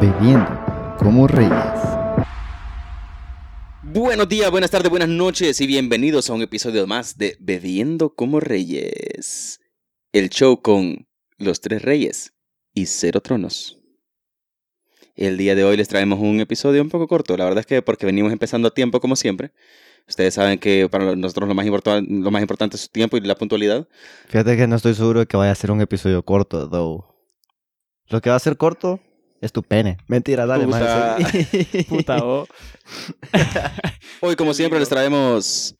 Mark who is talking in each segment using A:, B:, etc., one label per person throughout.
A: Bebiendo como Reyes.
B: Buenos días, buenas tardes, buenas noches y bienvenidos a un episodio más de Bebiendo como Reyes. El show con los tres reyes y cero tronos. El día de hoy les traemos un episodio un poco corto, la verdad es que porque venimos empezando a tiempo como siempre. Ustedes saben que para nosotros lo más, importan- lo más importante es su tiempo y la puntualidad.
A: Fíjate que no estoy seguro de que vaya a ser un episodio corto, though. Lo que va a ser corto es tu pene. Mentira, dale,
B: Puta.
A: más.
C: Puta oh. vos.
B: Hoy como siempre les traemos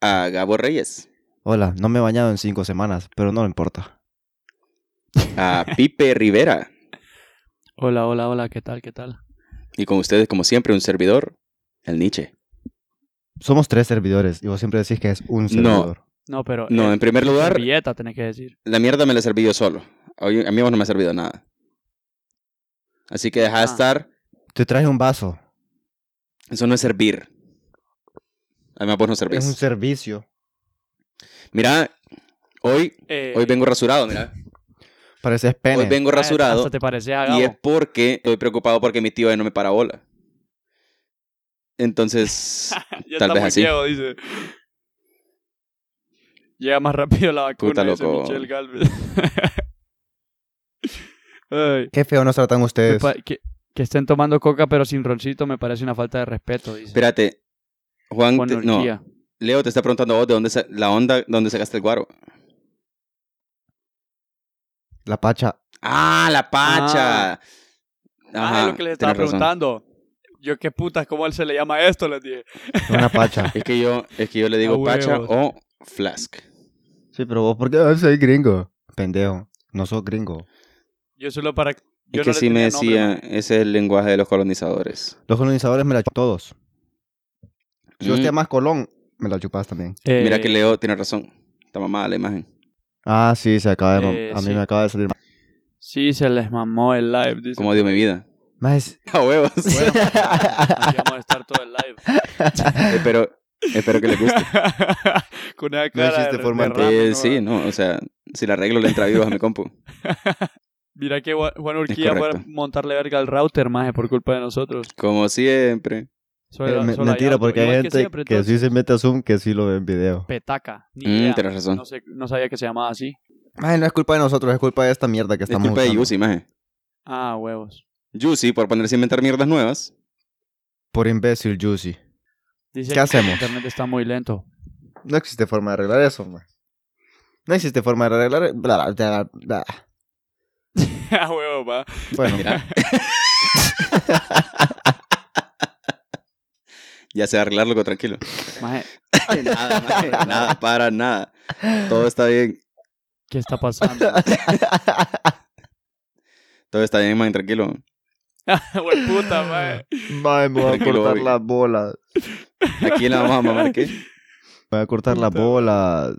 B: a Gabo Reyes,
A: Hola, no me he bañado en cinco semanas, pero no me importa.
B: a Pipe Rivera
C: Hola, hola, hola, ¿qué tal? ¿Qué tal?
B: y con ustedes como siempre un servidor, el Nietzsche.
A: Somos tres servidores y vos siempre decís que es un
B: No.
A: servidor.
C: No, pero.
B: No, en primer lugar,
C: Billeta, tenés que decir.
B: la mierda me la serví yo solo. Hoy- A mí vos no me ha servido nada. Así que deja de
C: Ah.
B: estar.
A: Te traje un vaso.
B: Eso no es servir. Además vos no servís.
A: Es un servicio.
B: Mira, hoy,
C: Eh,
B: hoy vengo rasurado, mira.
A: Pareces pene.
B: Hoy vengo
C: ah,
B: rasurado
C: hasta te pareces a Gabo.
B: y es porque estoy preocupado porque mi tío ya no me para bola. Entonces,
C: Ya
B: tal
C: está
B: vez
C: muy
B: así.
C: ciego, dice. Llega más rápido la vacuna,
B: Puta,
C: dice
B: loco.
C: Michelle Galvez. Ay,
A: Qué feo nos tratan
C: me
A: ustedes.
C: pa- que, que estén tomando coca pero sin roncito me parece una falta de respeto, dice.
B: espérate. Juan,
C: Juan
B: te- no,
C: Urquía.
B: Leo te está preguntando a vos de dónde sa- la onda, dónde sacaste el guaro.
A: La pacha.
B: Ah, la pacha.
C: ah, es lo que les estaba
B: tenés razón.
C: preguntando. Yo qué putas, ¿cómo él se le llama esto? Les dije.
A: Una pacha.
B: Es que yo, es que yo le digo
C: A
B: pacha
C: huevos.
B: o flask.
A: sí, pero vos, ¿por qué Ah, soy gringo? Pendejo. No sos gringo.
C: Yo solo para...
B: es
C: yo
B: que
C: no le
B: sí me
C: tenía nombre,
B: decía, ese es el lenguaje de los colonizadores.
A: Los colonizadores me la chupan todos. Si vos
B: Mm,
A: te llamas Colón, me la chupas también.
C: Eh,
B: Mira que Leo tiene razón. Está mamada la imagen.
A: Ah, sí, se acaba de...
C: Eh,
A: a mí
C: sí.
A: me acaba de salir.
C: Sí, se les mamó el live, dice.
B: Como dio mi vida.
A: Más...
B: A huevos.
C: Bueno, así vamos a estar todo el live.
B: espero, espero que le guste.
C: Con una cara
A: hiciste
C: de-
A: forma
C: de
A: antes.
B: Eh,
C: ramen, ¿no?
B: sí, no, o sea, si la arreglo le entra vivos a mi compu.
C: Mira que Gua- Juan
B: Es
C: Urquía fue a
B: correcto.
C: montarle verga al router, maje, por culpa de nosotros.
B: Como siempre.
C: Solo-
A: Eh, me-
C: solo
A: mentira,
C: audio.
A: porque hay
C: Igual
A: gente que,
C: siempre, entonces,
A: sí se mete a Zoom que sí lo ve en video.
C: Petaca. Ni
B: Mm,
C: idea.
B: tienes razón.
C: No, sé- no sabía que se llamaba así.
A: Ay, no es culpa de nosotros, es culpa de esta mierda que
B: Es
A: estamos
B: culpa de
A: usando.
B: Yusi, imagen.
C: Ah, huevos.
B: Yusi, por ponerse a inventar mierdas nuevas.
A: Por imbécil, Juicy.
C: Dice
A: ¿Qué
C: que
A: hacemos?
C: internet está muy lento.
A: No existe forma de arreglar eso, man. No existe forma de arreglar... eh, bla, bla, bla, bla.
C: ah, huevos, va.
A: Bueno,
B: Mira. ya se va a arreglar loco, tranquilo.
C: Maje,
B: nada, maje, nada, para nada. Todo está bien.
C: ¿qué está pasando?
B: Todo está bien, man, tranquilo.
C: Hueputa, maje.
A: Mae, me voy a
B: Tranquilo,
A: cortar
B: Bobby.
A: las bolas.
B: Aquí la vamos a mamar, ¿qué?
A: Me voy a cortar las
C: Puta.
A: bolas.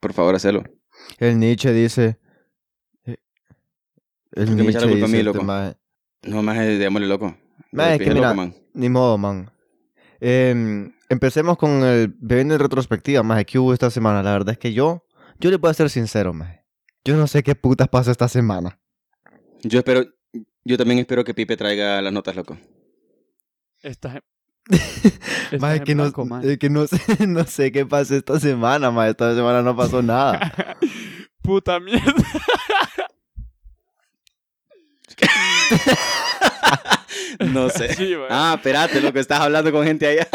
B: Por favor, hacelo.
A: El Nietzsche dice... eh, El
B: ¿Por qué me echa la culpa
A: Nietzsche
B: a
A: dice...
B: mí,
A: este
B: loco?
A: mae,
B: No más, digámosle loco.
A: Mae, es que
B: Despide
A: mira,
B: loco, man.
A: Ni modo, man. Em, empecemos con el bebiendo en retrospectiva, más que hubo esta semana. La verdad es que yo, yo le puedo ser sincero, más. Yo no sé qué putas pasó esta semana.
B: Yo espero, yo también espero que Pipe traiga las notas, loco.
C: Estás en...
A: Más
C: Estás
A: es que,
C: en
A: no,
C: blanco, maje.
A: es que no sé, no sé qué pasó esta semana, más. Esta semana no pasó nada.
C: Puta mierda.
B: No sé.
C: Sí, maje.
B: Ah, espérate, loco, estás hablando con gente allá.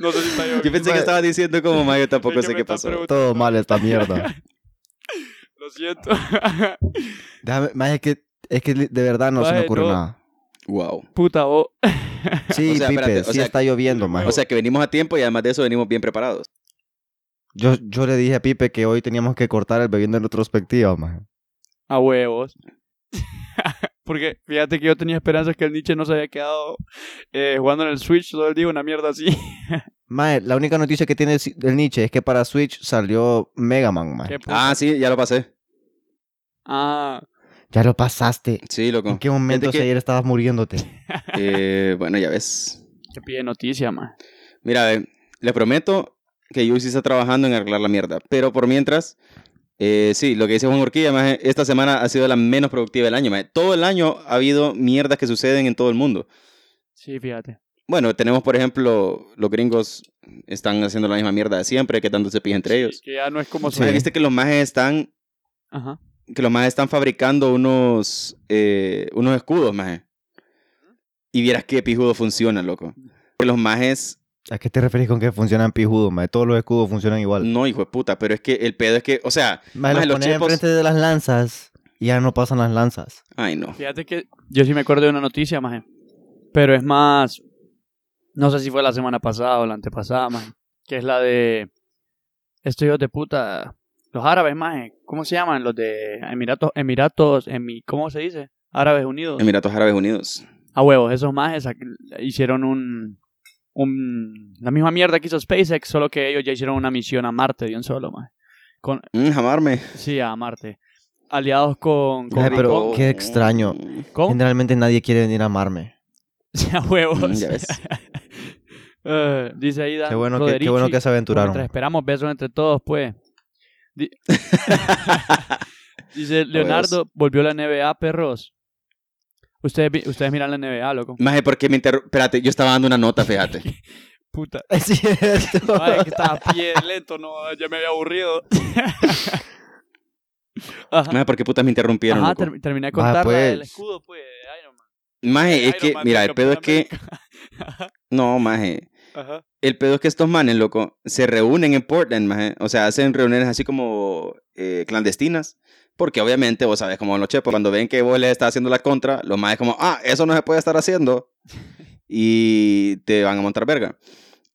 C: No sé si está
B: Yo pensé que estabas diciendo como, man, yo tampoco
C: Es que
B: sé
C: me
B: qué
C: están
B: pasó.
C: preguntando.
A: Todo mal esta mierda.
C: Lo siento.
A: Déjame, más es que, es que li- de verdad no se me
C: Mae,
A: ocurre
C: no.
A: nada.
B: Wow.
C: Puta, vos.
A: Sí,
B: O sea,
A: Pipe,
B: espérate, o
A: sí
B: sea-
A: está lloviendo, más.
B: O sea que venimos a tiempo y además de eso venimos bien preparados.
A: yo, yo le dije a Pipe que hoy teníamos que cortar el bebiendo en retrospectiva, más.
C: A huevos. Porque fíjate que yo tenía esperanzas que el Nietzsche no se había quedado eh, jugando en el Switch todo el día, una mierda así.
A: Mae, la única noticia que tiene si- el Nietzsche es que para Switch salió Mega Man, mae.
C: Qué puta.
B: Ah, sí, ya lo pasé.
C: Ah,
A: Ya lo pasaste.
B: Sí, loco.
A: ¿En qué momento
B: Fíjate
A: si
B: que-
A: ayer estabas muriéndote?
B: Eh, bueno, ya ves.
C: te pide noticia, man.
B: Mira, a ver, les prometo que Yusi está trabajando en arreglar la mierda. Pero por mientras, Eh, sí, lo que dice Juan Orquilla, maje, esta semana ha sido la menos productiva del año. maje. Todo el año ha habido mierdas que suceden en todo el mundo.
C: Sí, fíjate.
B: Bueno, tenemos, por ejemplo, los gringos están haciendo la misma mierda de siempre, que tanto se pija entre ellos.
C: Que ya no es como...
A: Sí.
B: Maje,
C: suena.
B: Viste que los majes están,
C: Ajá.
B: que los majes están fabricando unos, eh, unos escudos, maje. Y vieras qué pijudo funciona, loco. Que los majes
A: ¿A qué te referís con que funcionan pijudos, mae? Todos los escudos funcionan igual.
B: No, hijo de puta, pero es que el pedo es que, o sea, Mm, Mae,
A: Mae, los
B: los
A: pones
B: chepos-
A: enfrente de las lanzas y ya no pasan las lanzas.
B: ay no.
C: Fíjate que yo sí me acuerdo de una noticia, maje. Pero es más. No sé si fue la semana pasada o la antepasada, maje. Que es la de. Estos hijos de puta. Los árabes, maje. ¿Cómo se llaman? Los de Emiratos. Emiratos. Emi- ¿Cómo se dice? Árabes Unidos.
B: Emiratos Árabes Unidos.
C: A huevos, esos majes sac- hicieron un. un la misma mierda que hizo SpaceX, solo que ellos ya hicieron una misión a Marte de un solo, maje. Con,
B: Mm, jamarme.
C: sí, a Marte. Aliados con. con
A: Ay, pero
C: Hong Kong.
A: qué extraño.
B: Mm,
C: ¿Cómo?
A: Generalmente nadie quiere venir a amarme.
C: a huevos.
B: Mm, ya ves.
C: Eh, dice ahí Dan "Pues,
A: Qué bueno, que, qué bueno que se
C: Mientras
A: aventuraron.
C: esperamos besos entre todos, pues. Di- dice Leonardo, volvió la NBA, perros. Ustedes, vi- ustedes miran la NBA, loco.
B: Maje, porque me interrumpe. Espérate, yo estaba dando una nota, fíjate.
C: Puta.
A: Es cierto.
C: Ay, que estaba a pie lento, no, ya me había aburrido. Ajá,
B: Maje, ¿por qué putas me interrumpieron?
C: Ajá,
B: loco?
C: ter- terminé de
A: Va,
C: contar
A: pues.
C: el escudo, pues, de Iron Man.
B: Maje, es
C: Iron
B: que,
C: Man,
B: mira, el
C: campeón
B: pedo es que.
C: Ajá,
B: No, maje.
C: ajá.
B: El pedo es que estos manes, loco, se reúnen en Portland, maje. O sea, hacen reuniones así como eh, clandestinas. Porque obviamente, vos sabés cómo los chepos, cuando ven que vos les estás haciendo la contra, los majes como, ah, eso no se puede estar haciendo. Y te van a montar verga.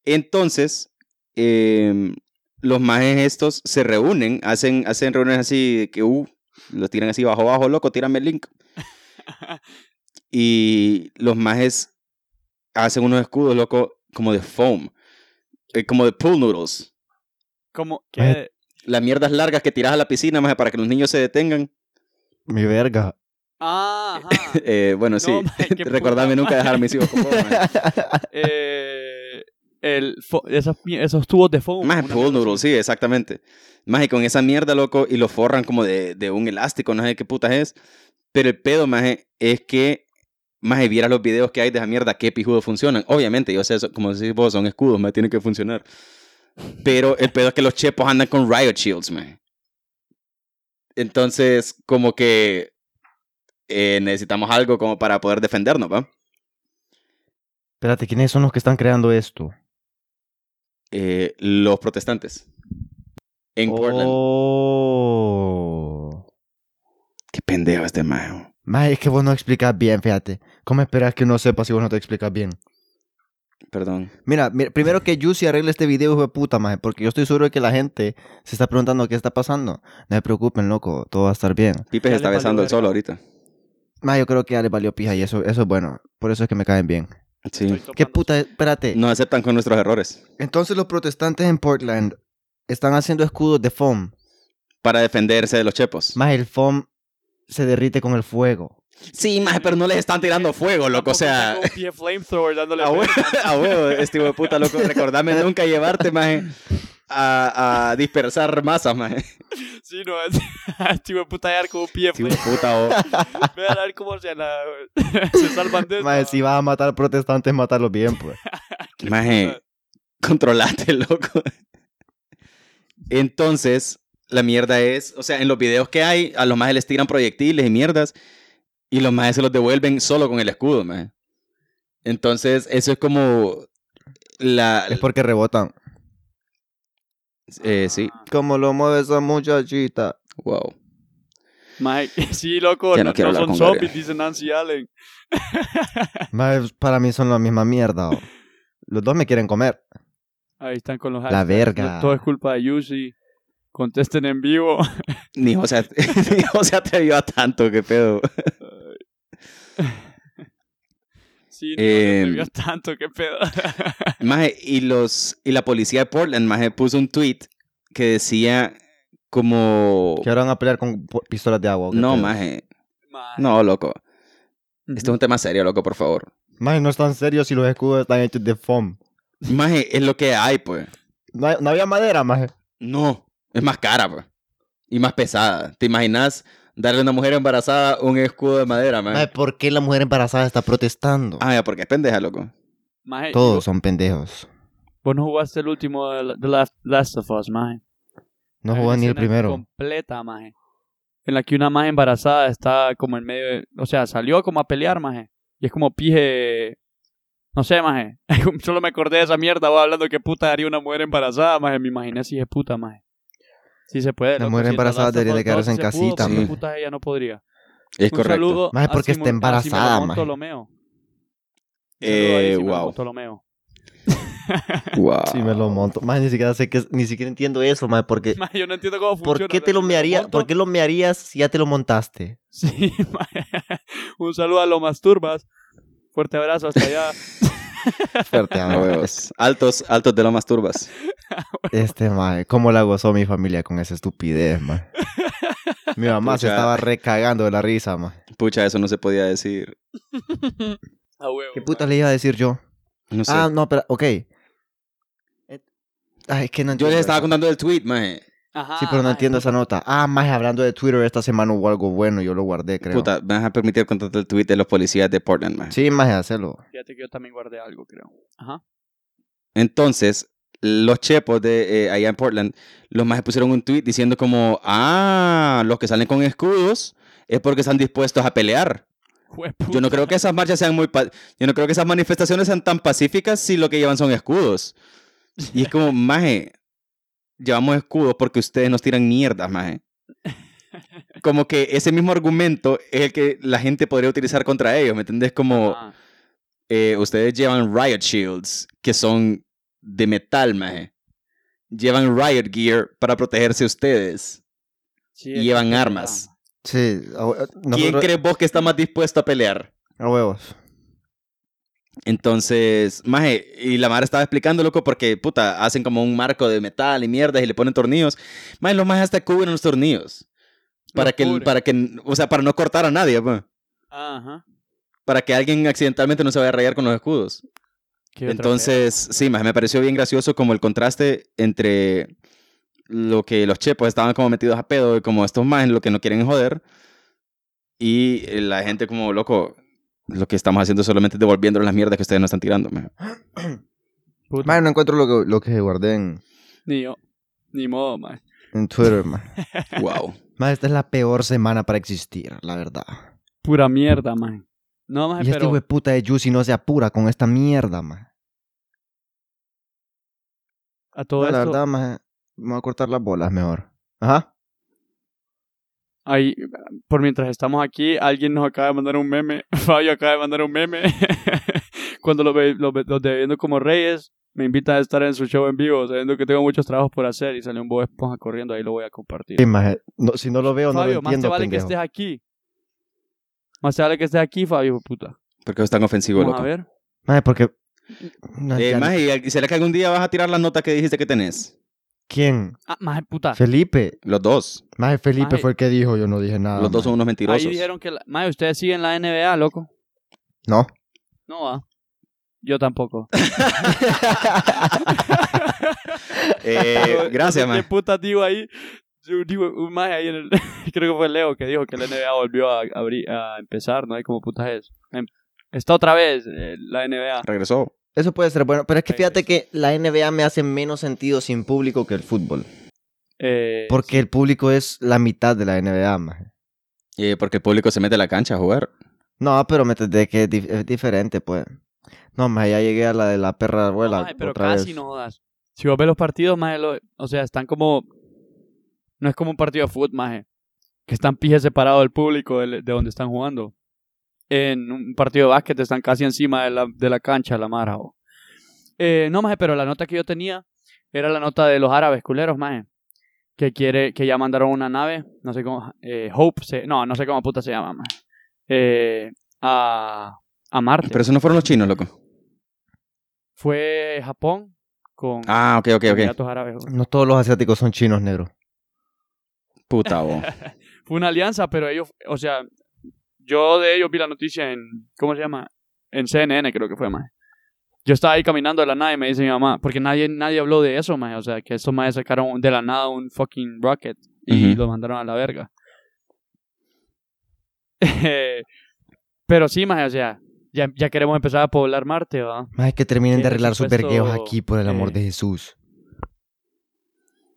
B: Entonces, em, los majes estos se reúnen, hacen, hacen reuniones así de que, uh, los tiran así bajo, bajo, loco, tírame el link. y los majes hacen unos escudos, loco, como de foam, eh, como de pool noodles.
C: Como
A: Maje,
C: que...
B: Las mierdas largas que tiras a la piscina, maje, para que los niños se detengan.
A: Mi verga.
C: Ah, ajá.
B: Eh, bueno,
C: No,
B: sí,
C: maje, qué puta
B: recordarme nunca dejar a mis hijos con vos, maje.
C: eh, el fo- esos, esos tubos de foam.
B: Más
C: una
B: pool
C: mierda
B: noodles,
C: así.
B: sí, exactamente. Más y con esa mierda, loco, y lo forran como de, de un elástico, no sé qué putas es. Pero el pedo, más es que, más vieras los videos que hay de esa mierda, qué pijudo funcionan. Obviamente, yo sé, eso, como decís vos, son escudos, me tienen que funcionar. Pero el pedo es que los chepos andan con riot shields, más. Entonces, como que eh, necesitamos algo como para poder defendernos, ¿va?
A: Espérate, ¿quiénes son los que están creando esto?
B: Eh, los protestantes. En Portland.
A: Oh.
B: Qué pendejo este majo.
A: Mae, es que vos no explicas bien, fíjate. ¿Cómo esperas que uno sepa si vos no te explicas bien?
B: Perdón.
A: Mira, mi- primero que Juicy arregle este video, hijo de puta, maje, porque yo estoy seguro de que la gente se está preguntando qué está pasando. No se preocupen, loco, todo va a estar bien.
B: Pipe se
C: Ya le
B: está
C: valió
B: besando el
C: verga.
B: solo ahorita.
A: Mae, yo creo que ya les valió pija y eso, eso es bueno. Por eso es que me caen bien.
B: Sí.
C: Estoy
A: ¿Qué
C: topando.
A: puta? Espérate.
B: Nos aceptan con nuestros errores.
A: Entonces los protestantes en Portland están haciendo escudos de foam.
B: Para defenderse de los chepos.
A: Más el foam se derrite con el fuego.
B: Sí, maje, pero no les están tirando fuego, loco. O sea, Ah,
C: Tampoco tengo un pie flamethrower dándole
B: a huevo,
C: vuelta.
B: a huevo, este hijo de puta, loco. Recordame nunca llevarte, maje, a, a dispersar masas, maje.
C: Sí, no, es. Este hijo de puta ya con un pie
B: Este hijo de
C: flamethrower.
B: puta, oh.
C: Ve a ver cómo se, la, se salvan de
A: Mae,
C: esto.
A: si vas a matar protestantes, matarlos bien, pues.
B: Maje, controlate, loco. Entonces, la mierda es, o sea, en los videos que hay, a los majes les tiran proyectiles y mierdas, y los majes se los devuelven solo con el escudo, maje. Entonces, eso es como la...
A: Es porque rebotan.
B: eh, sí,
A: Como lo mueve esa muchachita.
B: wow.
C: Mike, sí, loco,
B: Ya
C: no,
B: no quiero
C: no
B: hablar
C: son
B: con
C: zombies,
B: verga.
C: dice Nancy Allen.
A: Mae, para mí son la misma mierda. o. Los dos me quieren comer.
C: Ahí están con Ah, los
A: La verga.
C: Todo es culpa de Yushi. Contesten en vivo.
B: Ni José, at- ni José atrevió a tanto, qué pedo.
C: Sí, no, no te
B: Em.
C: vio tanto, qué pedo.
B: Maje, y, los, y la policía de Portland, maje, puso un tweet que decía como...
A: Que ahora van a pelear con po- pistolas de agua. ¿o qué
B: No,
A: pedo?
B: maje,
C: Mae.
B: no, loco.
C: Ujú.
B: Esto es un tema serio, loco, por favor.
A: Mae, no es tan serio si los escudos están hechos de foam.
B: Maje, es lo que hay, pues.
A: No, hay- no había madera, maje.
B: No, es más cara, pues. Y más pesada. ¿Te imaginas darle a una mujer embarazada un escudo de madera, man?
A: Mae, ¿por qué la mujer embarazada está protestando?
B: Ah, ya, porque es pendeja, loco.
C: Maje,
A: Todos son pendejos.
C: Vos no jugaste el último de la- The Last, Last of Us, maje.
A: No
C: Hay
A: jugó
C: una
A: ni el
C: escena
A: primero.
C: Completa, maje. En la que una maje embarazada está como en medio de- O sea, salió como a pelear, maje. Y es como pije... No sé, maje. Solo me acordé de esa mierda, va hablando que puta haría una mujer embarazada, maje. Me imaginé si es puta, maje. Sí se puede.
A: Las
C: loco,
A: mujeres
C: si en The Last
A: embarazadas
C: of Us
A: deberían de quedarse
C: dos
A: en
C: se pudo,
A: casita,
C: ¿por qué
B: maje.
C: putas ella no podría.
B: Es
C: Un
B: correcto.
C: saludo
A: Maje,
C: a
A: porque
C: Simón-
A: está embarazada,
C: a Simeón
A: maje.
C: Ptolomeo. Un saludo ahí,
B: Eh,
C: Simeón
B: wow.
C: Ptolomeo.
B: wow.
A: Sí, me lo monto. Mae, ni siquiera sé que, ni siquiera entiendo eso, mae, porque
C: Maje, yo no entiendo cómo funciona.
A: ¿por qué te lo mearía-
C: mearía?
A: por qué lo mearías si ya te lo montaste?
C: Sí, mae. un saludo a los masturbas. Fuerte abrazo hasta allá.
A: Fuerte,
B: Ah,
A: ah,
B: huevos. Altos, altos de lomas turbas.
A: Este, mae, cómo la gozó mi familia con esa estupidez, mae. Mi mamá se
B: Pucha.
A: estaba recagando de la risa, mae.
B: Pucha, eso no se podía decir.
C: A huevo.
A: ¿Qué puta le iba a decir yo?
B: No sé.
A: Ah, no, pero, ok. Ay, es que no
B: Yo
A: entiendo.
B: les estaba
A: eso.
B: contando el tweet, maje.
C: Ajá,
A: Sí, pero no
C: mae.
A: entiendo esa nota. Ah, más hablando de Twitter, esta semana hubo algo bueno, yo lo guardé, creo.
B: Puta, me vas a permitir contarte el tweet de los policías de Portland, maje.
A: Sí, más hacerlo.
C: Fíjate que yo también guardé algo, creo.
B: Entonces, los chepos de eh, allá en Portland, los majes pusieron un tweet diciendo como, ah, los que salen con escudos es porque están dispuestos a pelear.
C: Jue
B: Yo no
C: puta.
B: creo que esas marchas sean muy... pa- Yo no creo que esas manifestaciones sean tan pacíficas si lo que llevan son escudos. Y es como, maje, llevamos escudos porque ustedes nos tiran mierdas, maje. Como que ese mismo argumento es el que la gente podría utilizar contra ellos, ¿me entendés? Como
C: Ajá.
B: eh, ustedes llevan riot shields, que son de metal, maje. Llevan riot gear para protegerse ustedes.
C: Sí,
B: y
C: es que
B: llevan
C: es verdad,
B: armas.
C: mae.
A: Sí, a, hue-
B: ¿Quién
A: nosotros-
B: crees vos que está más dispuesto a pelear?
A: a huevos.
B: Entonces, maje, y la madre estaba explicando, loco, porque, puta, hacen como un marco de metal y mierdas y le ponen tornillos. Maje, los majes hasta cubren los tornillos. Para
C: Los
B: que,
C: cubren.
B: para que, o sea, para no cortar a nadie, pues.
C: ah, Ajá.
B: Para que alguien accidentalmente no se vaya a rayar con los escudos.
C: Qué otra
B: Entonces, sí, maje, me pareció bien gracioso como el contraste entre lo que los chepos estaban como metidos a pedo y como estos más lo que no quieren joder y eh, la gente como loco lo que estamos haciendo es solamente devolviéndoles las mierdas que ustedes nos están tirando. maje.
C: puta.
A: Más no encuentro lo que, lo que guardé en,
C: Ni yo. Ni modo, mae.
A: en Twitter, más.
B: Wow.
A: Más esta es la peor semana para existir, la verdad.
C: Pura mierda, mae. No, mae,
A: y este
C: pero...
A: hueputa de Juicy no se apura con esta mierda, más.
C: A todo
A: la
C: esto...
A: verdad, más. Me voy a cortar las bolas mejor. Ajá.
C: Ahí, por mientras estamos aquí, alguien nos acaba de mandar un meme. Fabio acaba de mandar un meme. Cuando los, ve- los, ve- los de Viendo como Reyes me invitan a estar en su show en vivo, sabiendo que tengo muchos trabajos por hacer y sale un Bob Esponja corriendo, ahí lo voy a compartir.
A: Sí, maje. No, si no lo veo, no
C: Fabio,
A: lo
C: más te
A: entiendo,
C: vale
A: pendejo.
C: que estés aquí. Más te vale que estés aquí, Fabio, hijo de puta.
B: Porque es tan ofensivo,
C: Vamos
B: loco.
C: a ver.
A: Maje, porque...
C: Mm,
A: No,
B: Eh,
A: ya-
B: maje, ¿y ¿será que algún día vas a tirar las notas que dijiste que tenés?
A: ¿Quién?
C: Ah, más puta.
A: Felipe.
B: Los dos.
A: Maje, Felipe
C: Maje.
A: fue el que dijo, yo no dije nada.
B: Los dos son
A: Ah, maje.
B: unos mentirosos.
C: Ahí dijeron que... La... Mae, ustedes siguen la NBA, loco.
A: No.
C: No va. Yo tampoco.
B: Eh,
C: Yo-
B: gracias,
C: no sé
B: maje.
C: ¿Qué puta digo ahí? Yo digo, un maje ahí en el... Creo que fue Leo que dijo que la NBA volvió a, abrir- a empezar, ¿no? hay como putas es. Em- Está otra vez eh, la NBA.
B: Regresó.
A: Eso puede ser bueno, pero es que
C: Sí,
A: fíjate
C: eso.
A: que la NBA me hace menos sentido sin público que el fútbol.
C: Eh,
A: Porque el público es la mitad de la NBA, maje.
B: Eh, porque el público se mete a la cancha a jugar.
A: No, pero me entendés que es, dif- es diferente, pues. No, maje, ya llegué a la de la perra
C: no,
A: abuela.
C: maje, pero
A: otra
C: casi
A: vez.
C: no jodas. Si vos ves los partidos, maje, lo- o sea, están como... No es como un partido de fútbol, maje. Que están pijes separados del público del- de, donde están jugando. En un partido de básquet están casi encima de la, de la cancha, la mara. o. Eh, no, maje, pero la nota que yo tenía era la nota de los árabes culeros, maje. Que quiere, que ya mandaron una nave, no sé cómo, eh, Hope, se- no, no sé cómo puta se llama, maje. Eh, a, a Marte.
B: Pero eso no fueron los chinos, loco.
C: Fue Japón con
B: Ah, ok, ok, ok.
C: Emiratos Árabes.
A: No todos los asiáticos son chinos negros.
B: Puta, vos.
C: Fue una alianza, pero ellos, o sea, yo de ellos vi la noticia en, ¿cómo se llama? En CNN creo que fue, más. Yo estaba ahí caminando de la nada y me dice mi mamá, porque nadie, nadie habló de eso, más. O sea, que estos más sacaron de la nada un fucking rocket. y
B: Ujú.
C: lo mandaron a la verga. Eh, Pero sí, maje, o sea, ya, ya queremos empezar a poblar Marte, ¿va?
A: Más que terminen
C: Que
A: de arreglar sus
C: presupuesto,
A: vergueos aquí, por el amor
C: eh,
A: de Jesús.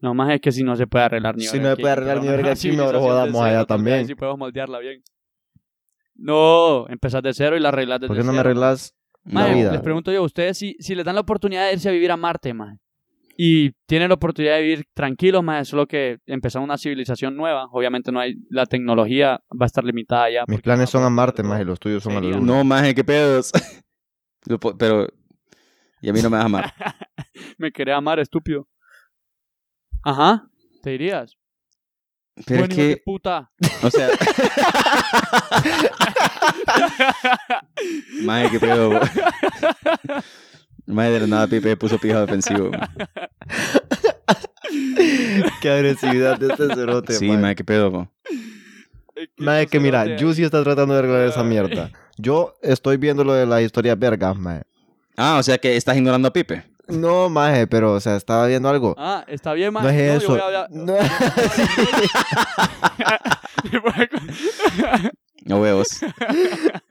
C: No más es que si no se puede arreglar ni
A: Si
C: verga
A: no se
C: aquí,
A: puede arreglar
C: cabrón,
A: ni verga
C: una
A: aquí, mejor
C: civilización
A: jodamos
C: de
A: allá
C: cero, tal vez,
A: también.
C: Si podemos moldearla bien. No, empezás de cero y la arreglas desde
A: ¿Por qué no me
C: cero.
A: arreglas la
C: Mae,
A: vida?
C: Les pregunto yo a ustedes si, si les dan la oportunidad de irse a vivir a Marte, mae, Y tienen la oportunidad de vivir tranquilos, mae, solo que empezar una civilización nueva. Obviamente no hay, la tecnología va a estar limitada ya.
A: Mis
C: porque
A: planes
C: no
A: son a
C: podemos
A: Marte,
C: hacer
A: más
C: todo.
A: los tuyos son a la
C: Sería-
A: luna.
B: No, maje, qué pedos. Lo po- Pero. Y a mí no me vas a amar.
C: Me quería amar, estúpido. Ajá, te dirías.
B: Pero es
C: "Bueno, hijo de
B: que.
C: puta.
B: O sea. Maje, qué pedo. bo. Maje, de la nada Pipe puso pija defensivo.
A: Qué agresividad de este cerote,
B: Sí,
A: mae.
B: maje, qué pedo. bo.
A: Mae, que mira,
C: yo
A: Juicy está tratando de arreglar esa
C: Ay.
A: mierda. Yo estoy viendo lo de las historias vergas, mae.
B: Ah, o sea que estás ignorando a Pipe.
A: No, mae, pero, o sea, estaba viendo algo.
C: Ah, está bien, maje.
A: No es
C: yo voy
A: eso.
C: a hablar-
A: No.
B: No huevos.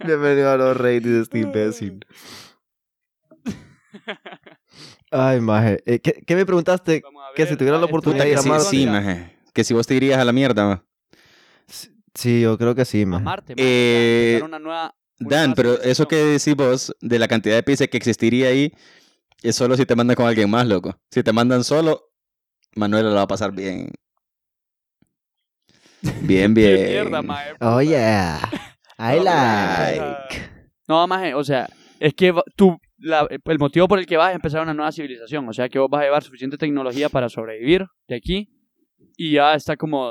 A: Bienvenido a los ratings de este imbécil. Ay, maje. Eh, ¿qué, qué me preguntaste?
C: Vamos a
A: Que
C: ver,
A: si tuviera la
C: ah, esto
A: oportunidad
B: Puta
A: de
C: es
B: que
C: a
B: sí,
A: llamar-
B: sí, maje. Que si vos te irías a la mierda. bo.
A: Sí, yo creo que sí,
C: A
A: maje.
C: Marte,
B: Eh,
C: maje, empezar una nueva... una
B: Dan,
C: nueva
B: pero eso
C: civilización.
B: que decís vos de la cantidad de pizza que existiría ahí es solo si te mandan con alguien más, loco. Si te mandan solo, Manuela la va a pasar bien. Bien,
C: Qué
B: bien.
C: mierda, maje, puta.
A: Oh, yeah. I
B: Oh,
A: like.
C: No, maje, o sea, es que va- tú... la- el motivo por el que vas es empezar una nueva civilización. O sea, que vos vas a llevar suficiente tecnología para sobrevivir de aquí. Y ya está como...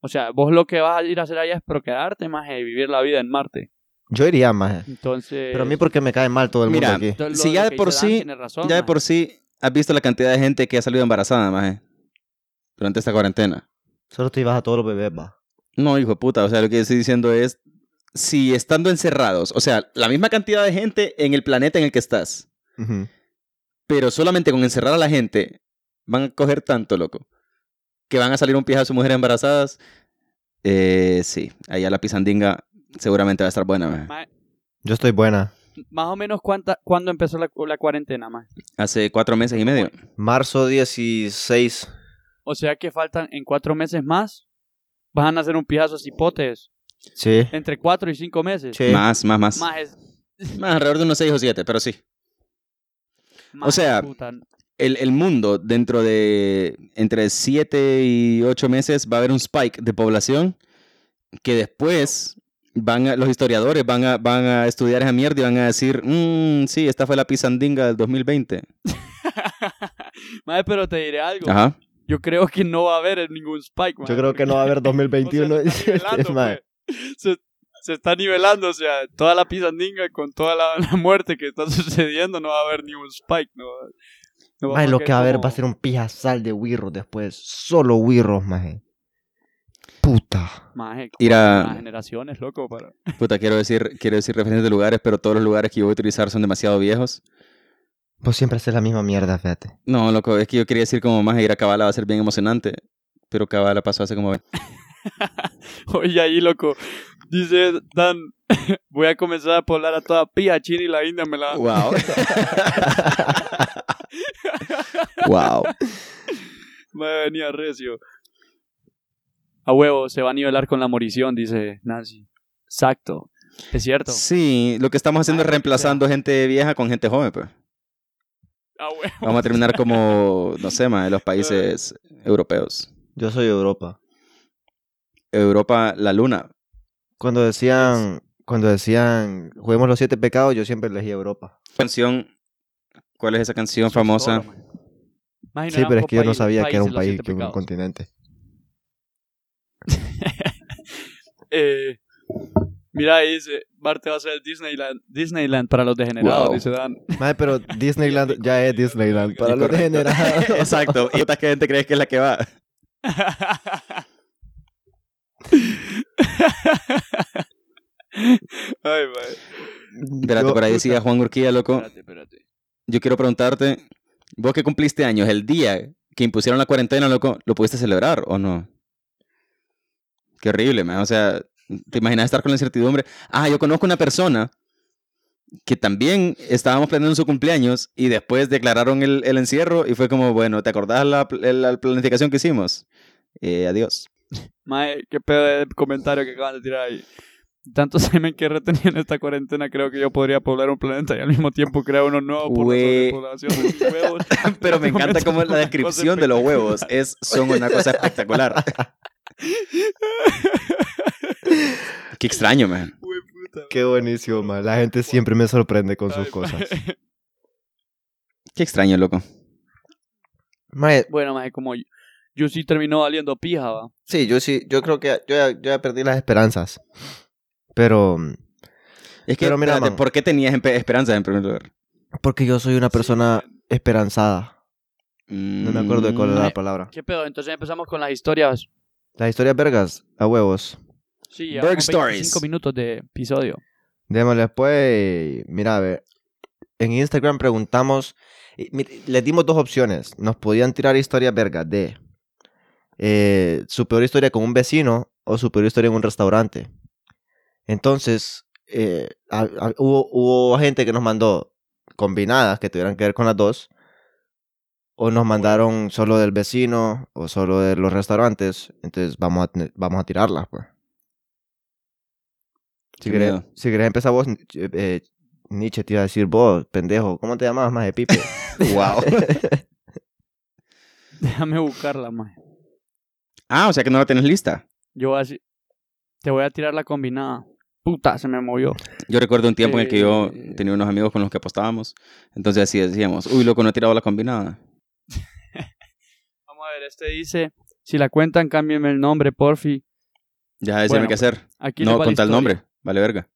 C: O sea, vos lo que vas a ir a hacer allá es procrearte, maje, y vivir la vida en Marte.
A: Yo iría,
C: eh.
A: maje.
C: Entonces...
A: Pero a mí porque me cae mal todo el mundo
B: Mira,
A: aquí.
C: todo lo-
B: si
C: lo
B: ya de
C: que
B: por
C: dice Dan
B: sí-
C: tiene razón,
B: Ya de
C: maje.
B: por sí has visto la cantidad de gente que ha salido embarazada, maje. Durante esta cuarentena.
A: Solo te ibas a todos los bebés, va.
B: No, hijo de puta. O sea, lo que estoy diciendo es, si estando encerrados, o sea, la misma cantidad de gente en el planeta en el que estás,
A: Ujú.
B: pero solamente con encerrar a la gente van a coger tanto, loco, que van a salir un pijazo de mujeres embarazadas. Eh, sí, allá la pisandinga seguramente va a estar buena. maje.
C: Maje,
A: Yo estoy buena.
C: Más o menos cuánta, cuándo empezó la, la cuarentena, más.
B: Hace cuatro meses y medio.
A: Marzo 16.
C: O sea que faltan en cuatro meses más. Van a hacer un pijazo cipotes.
A: Sí.
C: Entre cuatro y cinco meses.
A: Sí.
B: Más, más, más.
C: Más es-
B: Más alrededor de unos seis o siete, pero sí.
C: más
B: sea,
C: puta.
B: El, el mundo dentro de entre siete y ocho meses va a haber un spike de población que después van a- los historiadores van a, van a estudiar esa mierda y van a decir, "Mm, sí, esta fue la pisandinga del 2020.
C: Maje, pero te diré algo.
B: Ajá.
C: Yo creo que no va a haber ningún spike, maje,
A: Yo creo que no va a haber
C: porque- o sea,
A: 2021.
C: se está nivelando,
A: Mae.
C: pues. Se- se está nivelando, o sea, toda la pizandinga con toda la, la muerte que está sucediendo no va a haber ni un spike, no. va- no
A: Mae, lo que va a haber
C: como-
A: va a ser un pijazal de wirros después. Solo wirros, maje. Puta.
C: Maje,
B: Ir a-
A: Ah.
C: las generaciones, loco, para
B: Puta, quiero decir, quiero decir referencias de lugares, pero todos los lugares que yo voy a utilizar son demasiado viejos.
A: Vos siempre haces la misma mierda, fíjate.
B: No, loco, es que yo quería decir como más ir a Cabala va a ser bien emocionante. Pero Cabala pasó hace como...
C: Oye, ahí, loco. Dice Dan, voy a comenzar a poblar a toda pía, China y la India me la
B: Wow. wow.
C: me venía recio. A huevo, se va a nivelar con la morición, dice Nancy. Exacto. Es cierto.
B: Sí, lo que estamos haciendo es reemplazando gente vieja con gente joven, pues.
C: A huevo.
B: Vamos a terminar como, no sé, más, en los países europeos.
A: Yo soy Europa.
B: Europa, la luna.
A: Cuando decían, cuando decían, juguemos los siete pecados, yo siempre elegí Europa.
B: Canción, ¿cuál es esa canción famosa?
C: Más y no
A: sí,
C: eran
A: pero es que yo no
C: país-
A: sabía que era un
C: países los
A: país,
C: siete
A: que era un
C: pecados.
A: continente.
C: Eh, mira, ahí dice, Marte va a ser Disneyland, Disneyland para los degenerados,
B: Wow.
C: dice Dan.
A: Mae, pero Disneyland ya es Disneyland. Para los
B: Correcto.
A: degenerados.
B: Exacto. ¿Y puta, qué gente crees que es la que va?
C: Ay, madre.
B: Espérate,
A: Yo-
B: por ahí decía Juan Urquía, loco.
C: Espérate, espérate.
B: Yo quiero preguntarte, vos que cumpliste años, el día que impusieron la cuarentena, loco, ¿lo pudiste celebrar o no? Qué horrible, man. O sea, te imaginas estar con la incertidumbre. Ah, yo conozco una persona que también estábamos planeando su cumpleaños y después declararon el, el encierro y fue como, bueno, ¿te acordás la, la planificación que hicimos? Eh, adiós.
C: Mae, qué pedo de comentario que acaban de tirar ahí. Tanto semen que he retenido en esta cuarentena, creo que yo podría poblar un planeta y al mismo tiempo crear uno nuevo por la
B: Güey.
C: sobrepoblación de mis huevos.
B: Pero me encanta
C: Momento,
B: como
C: una
B: la
C: cosa
B: descripción de los huevos es, son una cosa espectacular. Qué extraño, man.
C: Güey, puta,
A: Qué buenísimo, mae. La gente siempre me sorprende con sus
C: Ay,
A: cosas.
B: Qué extraño, loco.
A: Mae,
C: Bueno, mae, como yo- yo sí terminó valiendo pija, va.
A: sí, yo sí, yo creo que yo ya, yo ya perdí las esperanzas. Pero,
B: Es que,
A: Pero mira,
B: espérate,
A: man.
B: ¿por qué tenías empe- esperanzas en primer lugar?
A: porque yo soy una persona esperanzada.
B: No
A: No me acuerdo
B: Mm,
A: de cuál era
C: Mae.
A: la palabra.
C: ¿Qué pedo? Entonces empezamos con las historias.
A: Las historias vergas, a huevos.
C: Sí,
B: Berg
C: llevamos
B: Stories.
C: 25 minutos de episodio.
A: Démosle pues, mira, a ver, en Instagram preguntamos, y, mi- les dimos dos opciones, nos podían tirar historias vergas de eh, su peor historia con un vecino o su peor historia en un restaurante. Entonces, eh, a- a- hubo, hubo gente que nos mandó combinadas que tuvieran que ver con las dos, o nos mandaron solo del vecino o solo de los restaurantes, entonces vamos a, tener- vamos a tirarlas, pues. Si
B: Qué
A: querés,
B: miedo.
A: si querés empezar vos, eh, eh, Nietzsche te iba a decir vos, pendejo, ¿cómo te llamabas más de Pipe?
B: Wow.
C: Déjame buscarla, mae.
B: Ah, o sea que no la tenés lista.
C: Yo voy a decir- te voy a tirar la combinada. Puta, se me movió.
B: Yo recuerdo un tiempo en el que yo
C: Eh.
B: tenía unos amigos con los que apostábamos. Entonces así decíamos, uy, loco, no he tirado la combinada.
C: Vamos a ver, este dice, si la cuentan, cámbienme el nombre, porfi.
B: Ya, decíame
C: Bueno,
B: qué hacer.
C: Aquí
B: No,
C: les va la
B: con tal
C: historia.
B: nombre. Vale, verga.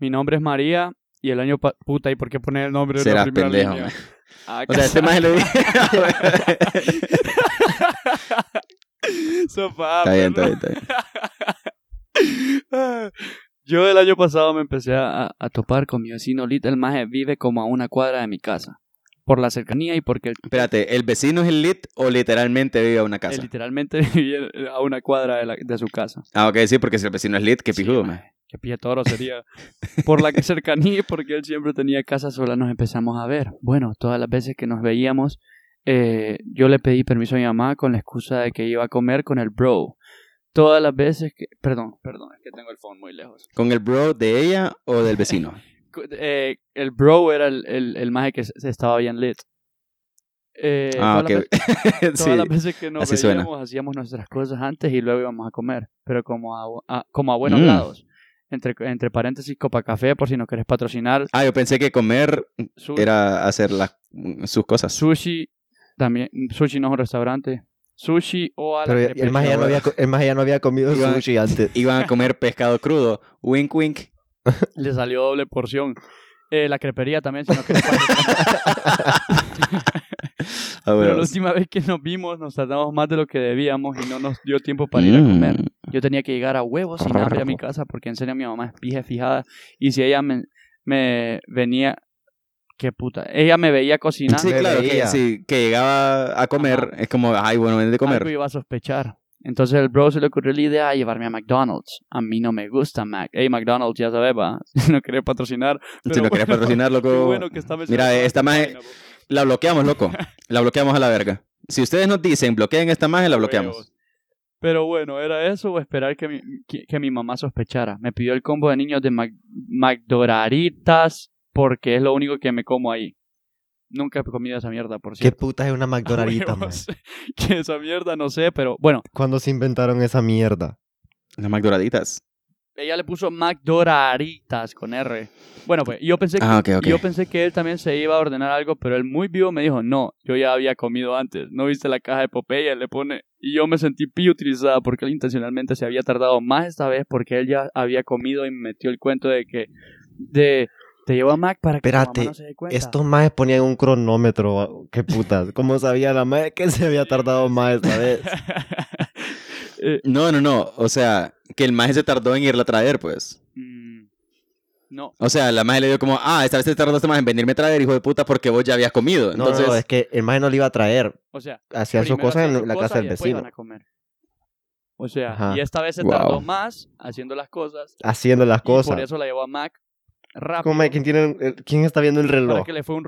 C: Mi nombre es María y el año... pa- Puta, ¿y por qué poner el nombre de la
B: Serás
C: primera
B: pendejo,
C: línea?
B: man.
C: Ah,
B: O sea, este más le dije.
C: Sofá,
B: Está bien, está bien,
C: perro.
B: está bien.
C: Yo el año pasado me empecé a, a topar con mi vecino Little Maje vive como a una cuadra de mi casa. Por la cercanía y porque él,
B: Espérate, ¿el vecino es el lit o literalmente vive a una
C: él
B: casa?
C: literalmente vivía a una cuadra de, la- de su casa.
B: Ah, ok, sí, porque si el vecino es lit, qué
C: Sí,
B: pijudo,
C: maje.
B: man.
C: Qué pilla toro sería. Por la cercanía y porque él siempre tenía casa sola nos empezamos a ver. Bueno, todas las veces que nos veíamos, eh, yo le pedí permiso a mi mamá con la excusa de que iba a comer con el bro. Todas las veces que... Perdón, perdón, es que tengo el phone muy lejos.
B: ¿Con el bro de ella o del vecino?
C: cu- eh, el bro era el, el, el maje que se se estaba bien lit. Eh,
B: ah,
C: todas
B: ok.
C: las veces-
B: sí.
C: Todas las veces que nos
B: así suena.
C: veíamos hacíamos nuestras cosas antes y luego íbamos a comer, pero como a, bu- a- como a buenos
B: Mm.
C: lados. Entre, entre paréntesis, Copa Café, por si nos querés patrocinar.
B: Ah, yo pensé que comer
C: su-
B: era hacer las, mm, sus cosas.
C: Sushi, también. Sushi no es un restaurante. Sushi o a la
A: Pero ya-
C: crepecha,
A: el más ya no
C: güey.
A: había, co- el maje ya no había comido
B: Iba-
A: sushi antes.
B: Iban a comer pescado crudo. Wink, wink.
C: Le salió doble porción. Eh, la crepería también, si nos querés
B: Ah,
C: Pero
B: bueno.
C: la última vez que nos vimos nos tardamos más de lo que debíamos y no nos dio tiempo para ir a comer.
B: Mm.
C: Yo tenía que llegar a huevos sin hambre a mi casa porque en serio mi mamá es pija fijada. Y si ella me, me venía... Qué puta. Ella me veía cocinar.
B: Sí,
A: Me
B: claro, que,
A: veía.
B: sí, que llegaba a comer. Es como, ay, bueno, ven de
C: Algo
B: comer.
C: iba a sospechar. Entonces el bro se le ocurrió la idea de llevarme a McDonald's. A mí no me gusta Mac. Hey, McDonald's, ya sabes, va. Si no querés patrocinar. pero
B: si no querés
C: bueno,
B: patrocinar,
C: Qué
B: loco.
C: bueno que está
B: Mira, esta maje- La bloqueamos, loco. La bloqueamos a la verga. Si ustedes nos dicen bloqueen esta magia, la bloqueamos.
C: Huevos. Pero bueno, ¿era eso o esperar que mi, que, que mi mamá sospechara? Me pidió el combo de niños de Mac, McDoraritas porque es lo único que me como ahí. Nunca he comido esa mierda, por
A: ¿Qué
C: cierto.
A: puta es una McDonaldita, mae?
C: Huevos. que esa mierda, no sé, pero bueno.
A: ¿Cuándo se inventaron esa mierda?
B: Las McDoraditas.
C: Ella le puso McDoraritas con R. Bueno, pues yo pensé, que,
B: Ah, ok, ok.
C: yo pensé que él también se iba a ordenar algo, pero él muy vivo me dijo, no, yo ya había comido antes. ¿No viste la caja de Popeye? Le pone... Y yo me sentí pi utilizada porque él intencionalmente se había tardado más esta vez porque él ya había comido y me metió el cuento de que... De, te llevo a Mac para que tu
A: Espérate,
C: mamá no se dé cuenta.
A: Estos maes ponían un cronómetro, ah, qué putas. ¿Cómo sabía la madre que se había tardado más esta vez?
B: No, no, no. O sea, que el maje se tardó en irla a traer, pues.
C: Mm, no,
B: O sea, la maje le dio como, ah, esta vez te tardaste más en venirme a traer, hijo de puta, porque vos ya habías comido.
A: No, no,
B: Entonces,
A: no, es que el maje no le iba a traer.
C: o sea...
A: Hacía sus
C: primero
A: cosas
C: hacían
A: en
C: sus
A: la
C: cosas
A: casa
C: y
A: del
C: después iban
A: vecino.
C: a comer. O sea,
A: Ajá.
C: y esta vez se
B: Wow.
C: tardó más haciendo las cosas.
A: haciendo las
C: y por
A: cosas.
C: eso la llevó a Mac rápido.
A: ¿Cómo, ¿quién, tiene, el- ¿Quién está viendo el
C: para
A: reloj?
C: que le fue un...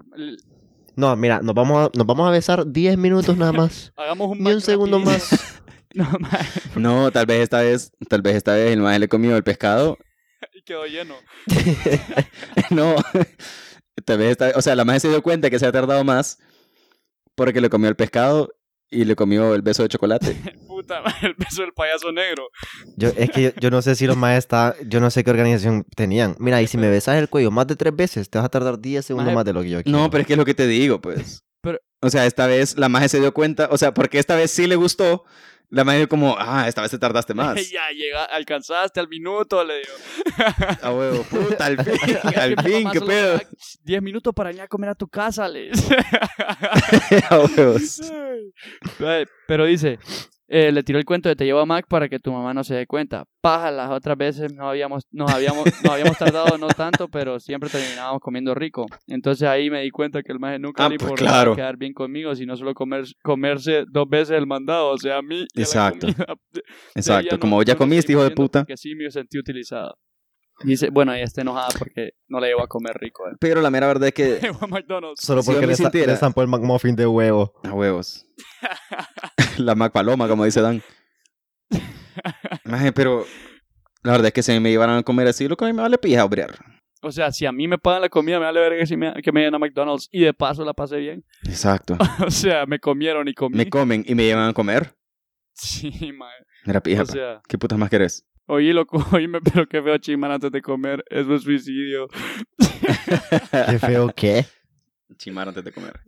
A: No, mira, nos vamos a, nos vamos a besar 10 minutos nada más.
C: Hagamos un
A: Ni
C: Mac
A: un segundo
C: rapidísimo. no, mae,
B: No, tal vez esta vez, tal vez esta vez el maje le comió el pescado.
C: y quedó lleno.
B: No, tal vez esta o sea, la maje se dio cuenta que se ha tardado más porque le comió el pescado y le comió el beso de chocolate.
C: Puta, mae, el beso del payaso negro.
A: Yo, es que yo, yo no sé si los maestros, yo no sé qué organización tenían. Mira, y si me besas el cuello más de tres veces, te vas a tardar 10 segundos
C: Maje,
A: más de lo que yo quiero.
B: No, pero es que es lo que te digo, pues.
C: Pero-
B: o sea, esta vez la maje se dio cuenta, o sea, porque esta vez sí le gustó, la maje como, ah, esta vez te tardaste más.
C: ya llega, alcanzaste al minuto, le digo.
B: A huevo, puta, al fin, al fin, qué pedo.
C: 10 minutos para ir a comer a tu casa, le
B: A huevos.
C: Ay, Pero dice, eh, le tiró el cuento de te llevo a Mac para que tu mamá no se dé cuenta. Paja, las otras veces no habíamos, nos, habíamos, nos habíamos tardado no tanto, pero siempre terminábamos comiendo rico. Entonces ahí me di cuenta que el maje nunca
B: Ah,
C: le
B: pues
C: importaba
B: claro.
C: quedar bien conmigo, sino solo comer, comerse dos veces el mandado, o sea, a mí. y a la
B: Exacto.
C: comida. De- de ella
B: Exacto,
C: no-
B: como ya
C: no nos
B: comiste, hijo
C: seguimos
B: de
C: viendo
B: puta.
C: Porque sí me sentí utilizado. Dice, bueno, ella está enojada porque no le llevo a comer rico. eh.
B: Pero la mera verdad es que,
C: Llevo a McDonald's.
A: Solo
B: Si
A: porque
B: yo me
A: le, sa- le
B: sintiera-
A: zampó el McMuffin de huevo.
B: a huevos. La Mac Paloma, como dice Dan. Maje, pero la verdad es que si me llevaran a comer así, lo que a mí me vale pija, obrear.
C: O sea, si a mí me pagan la comida, me vale verga que, si me, que me den a McDonald's y de paso la pasé bien.
B: Exacto.
C: O sea, me comieron y comí.
B: Me comen y me llevan a comer.
C: sí, mae.
B: Mira, pija,
C: O
B: pa.
C: sea,
B: ¿qué putas más querés?
C: oí loco, oíme, pero qué feo chimán antes de comer. Eso es suicidio.
A: Qué feo que.
B: Chimar antes de comer.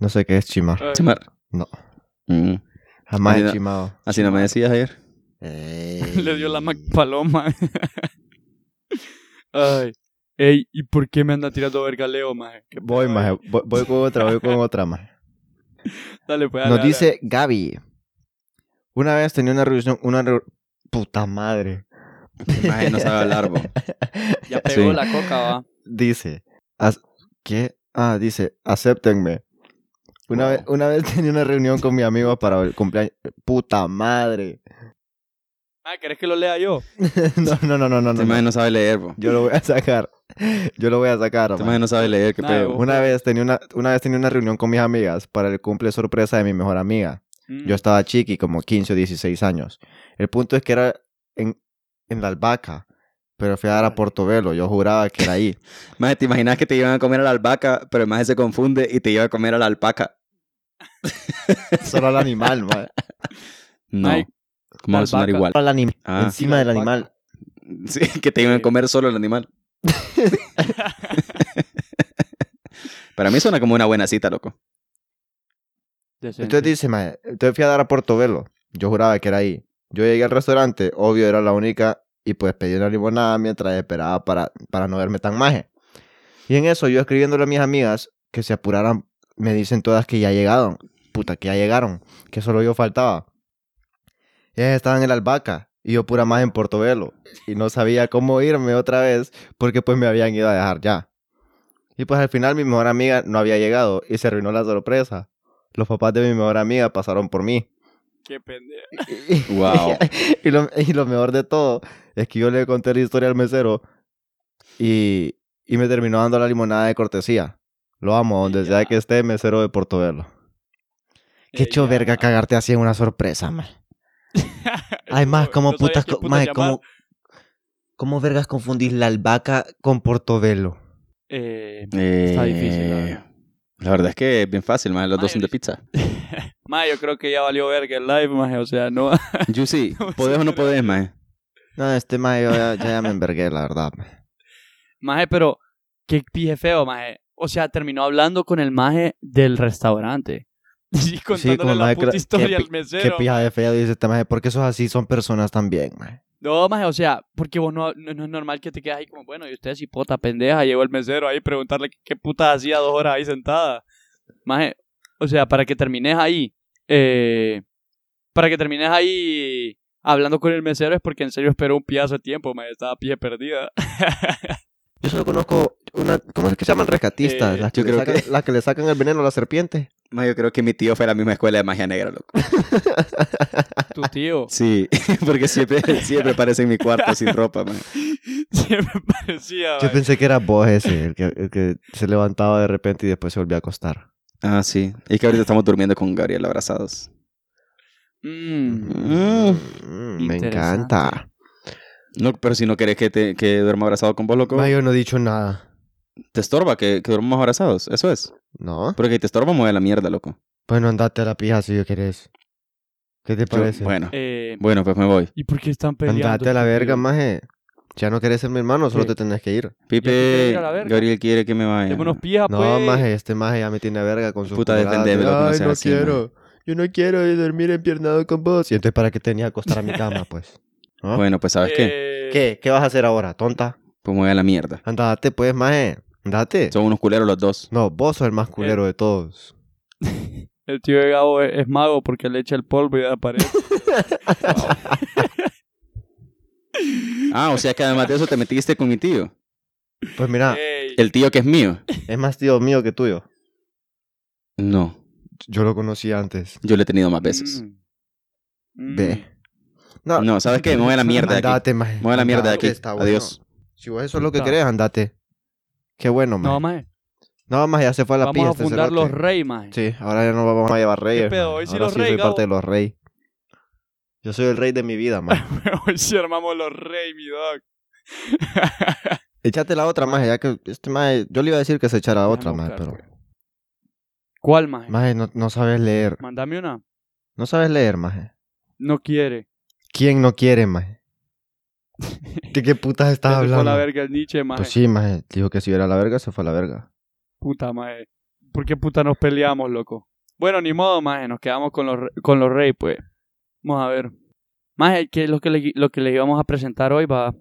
A: No sé qué es chimar.
C: Ay,
B: Chimar.
A: No.
B: Mm.
A: Jamás
B: Mira.
A: he chimado.
B: Así no me decías ayer.
C: Le dio la Mac Paloma. Ay. Ey, ¿y por qué me anda tirando verga Leo, maje? Qué
A: Voy,
C: pedo,
A: maje.
C: eh.
A: Voy, voy con otra, voy con otra, maje.
C: Dale, pues, dale,
A: Nos
C: dale.
A: dice Gaby. Una vez tenía una reunión, una reu- puta madre.
B: Este Maje, no sabe hablar, bo. Este
C: Ya pegó
B: Sí.
C: la coca, va.
A: Dice, "Ac- ¿qué? Ah, dice, acéptenme. Una,
B: Wow.
A: vez, una vez tenía una reunión con mi amigo para el cumpleaños. Puta madre.
C: Ah, ¿querés que lo lea yo?
A: No, no, no, no, no. no,
B: Este maje no sabe leer, bo.
A: Yo lo voy a sacar. Yo lo voy a sacar.
B: Este
A: maje.
B: maje no sabe leer, qué
C: Maje,
B: pedo.
C: bo.
A: Una vez, tenía una, una vez tenía una reunión con mis amigas para el cumple sorpresa de mi mejor amiga.
C: Mm.
A: Yo estaba chiqui, como 15 o 16 años. El punto es que era en, en la albahaca, pero fui a dar a Portobelo. Yo juraba que era ahí.
B: Maje, te imaginas que te llevan a comer a la albahaca, pero el maje se confunde y te lleva a comer a la alpaca.
A: Solo al animal, man.
B: No.
C: Ay,
B: ¿Cómo va a sonar
C: albahaca.
B: igual?
A: Solo al animal.
B: Ah,
A: Encima del animal.
B: sí, que te iban a comer solo el animal. Para mí suena como una buena cita, loco.
C: Decente.
A: Entonces dice, "Mae, entonces fui a dar a Portobelo. Yo juraba que era ahí. Yo llegué al restaurante, obvio era la única, y pues pedí una limonada mientras esperaba para, para no verme tan maje. Y en eso, yo escribiéndole a mis amigas que se apuraran, me dicen todas que ya llegaron. Puta, que ya llegaron, que solo yo faltaba. Ellas estaban en la albahaca y yo pura más en Portobelo. Y no sabía cómo irme otra vez porque pues me habían ido a dejar ya. Y pues al final mi mejor amiga no había llegado y se arruinó la sorpresa. Los papás de mi mejor amiga pasaron por mí.
C: Qué pendejo.
B: Wow.
A: y, lo, y lo mejor de todo es que yo le conté la historia al mesero y, y me terminó dando la limonada de cortesía. Lo amo, donde
C: Ya.
A: sea que esté, mesero de Portobelo. Qué
C: Ey,
A: hecho
C: ya.
A: verga cagarte así en una sorpresa, man. Además,
C: No-
A: como
C: no sabía
A: putas,
C: quién
A: co-
C: putas
A: mae,
C: llamar.
A: como, ¿cómo vergas confundís la albahaca con portobelo?
C: Eh,
B: Está
C: difícil, la verdad.
B: eh, La verdad es que es bien fácil, maje. Los dos son de pizza.
C: mae, yo creo que ya valió verga el live, mae. O sea, no.
B: Juicy, ¿podés o no podés, maje?
A: No, este mayo ya, ya, ya me envergué, la verdad. mae.
C: Maje, pero qué pije feo, maje. O sea, terminó hablando con el maje del restaurante. Y contándole
A: como
C: la
A: maje,
C: puta
A: que-
C: historia
A: que
C: al
A: pi- Qué
C: mesero.
A: pija de fea dice este mayo, porque esos así son personas también, mae.
C: No, maje, o sea, porque vos no, no, no es normal que te quedes ahí como, bueno, y usted si puta pendeja, llegó el mesero ahí preguntarle qué, qué puta hacía dos horas ahí sentada. Maje, o sea, para que termines ahí, eh, para que termines ahí hablando con el mesero es porque en serio esperó un pedazo de tiempo, maje, estaba pije perdida.
A: Yo solo conozco una, ¿cómo es que se llaman rescatistas?
C: Eh,
A: las, que
B: yo
A: le
B: creo
A: sacan, las que le sacan el veneno a la serpiente.
B: Más yo creo que mi tío fue a la misma escuela de magia negra, loco.
C: Tu tío
B: Sí, porque siempre, siempre aparece en mi cuarto sin ropa, man.
C: siempre parecía.
A: Yo
C: mae.
A: pensé que era vos ese, el que, el que se levantaba de repente y después se volvía a acostar.
B: Ah, sí. Y que ahorita estamos durmiendo con Gabriel abrazados.
C: Mm.
A: Mm, me
C: Interesante.
A: encanta.
B: No, pero si no querés que, te, que duerma abrazado con vos, loco,
A: Ma, yo no he dicho nada.
B: te estorba que, que durmamos abrazados. Eso es.
A: ¿No?
B: Porque te estorba, mueve la mierda, loco.
A: Bueno, Pues andate a la pija si querés. ¿Qué te
B: Yo-
A: parece?
B: bueno,
C: Eh,
B: bueno, pues me voy.
C: ¿Y por qué están peleando?
A: andate a la verga,
C: estúpido?
A: maje. Ya no querés ser mi hermano, solo
C: Sí.
A: te tenés que ir.
C: quiere
B: Pipe,
C: ir a la verga.
B: Gabriel quiere que me vaya.
C: Démonos pija,
A: No,
C: pues.
A: maje, este maje ya me tiene a verga con su
B: Puta, defendeme, loco, no
A: Ay,
B: seas
A: no
B: así,
A: quiero. Yo no quiero dormir empiernado con vos. Y entonces, ¿para qué tenía que acostar a mi cama, pues? ¿Ah?
B: Bueno, pues ¿sabes qué?
C: Eh,
A: ¿Qué? ¿Qué vas a hacer ahora, tonta?
B: Pues mueve la mierda.
A: Andate, pues, maje. Andate.
B: Son unos culeros los dos.
A: No, vos sos el más culero
B: Eh.
A: de todos.
C: El tío de Gabo es, es mago porque le echa el polvo y aparece.
B: Ah, o sea que además de eso te metiste con mi tío.
A: Pues
B: Eh.
A: mira,
C: Ey.
B: El tío que es mío.
A: es más tío mío que tuyo.
B: No,
A: Yo lo conocí antes.
B: yo le he tenido más veces.
C: Mm. Mm.
A: Ve. No,
B: No, ¿sabes qué? Me voy a la mierda de aquí.
A: Andate, maje.
B: Me voy a la mierda de aquí.
A: Andate, Mm. está bueno.
B: Adiós.
A: Si vos eso es lo que
C: Puta.
A: querés, andate. Qué bueno, maje.
C: No, maje.
A: No, más ya se fue a la
C: Vamos
A: pija
C: a
A: este
C: fundar
A: cerote.
C: los rey, maje.
A: Sí, ahora ya no vamos a llevar reyes.
C: pedo?
A: man.
C: Hoy sí
A: Ahora
C: los
A: soy
C: rey,
A: parte de
C: Gabo.
A: los reyes. Yo soy el rey de mi vida, man.
C: Hoy sí armamos los rey, mi dog.
A: Échate la otra, maje, ya que este maje... Yo le iba a decir que se echara otra,
C: Déjame
A: maje,
C: buscar, pues.
A: pero...
C: ¿Cuál, maje?
A: Maje, no, no sabes leer.
C: Mándame una.
A: No sabes leer, maje.
C: No quiere.
A: ¿Quién no quiere, maje? ¿De qué putas estás
C: Se fue a
A: hablando?
C: la verga el Nietzsche, maje.
A: Pues sí, maje. Dijo que si era la verga, se fue a la verga.
C: Puta, maje. ¿Por qué puta nos peleamos, loco? Bueno, ni modo, maje. Nos quedamos con los, re- con los rey, pues. Vamos a ver. Maje, que lo que, le, lo que le íbamos a presentar hoy va...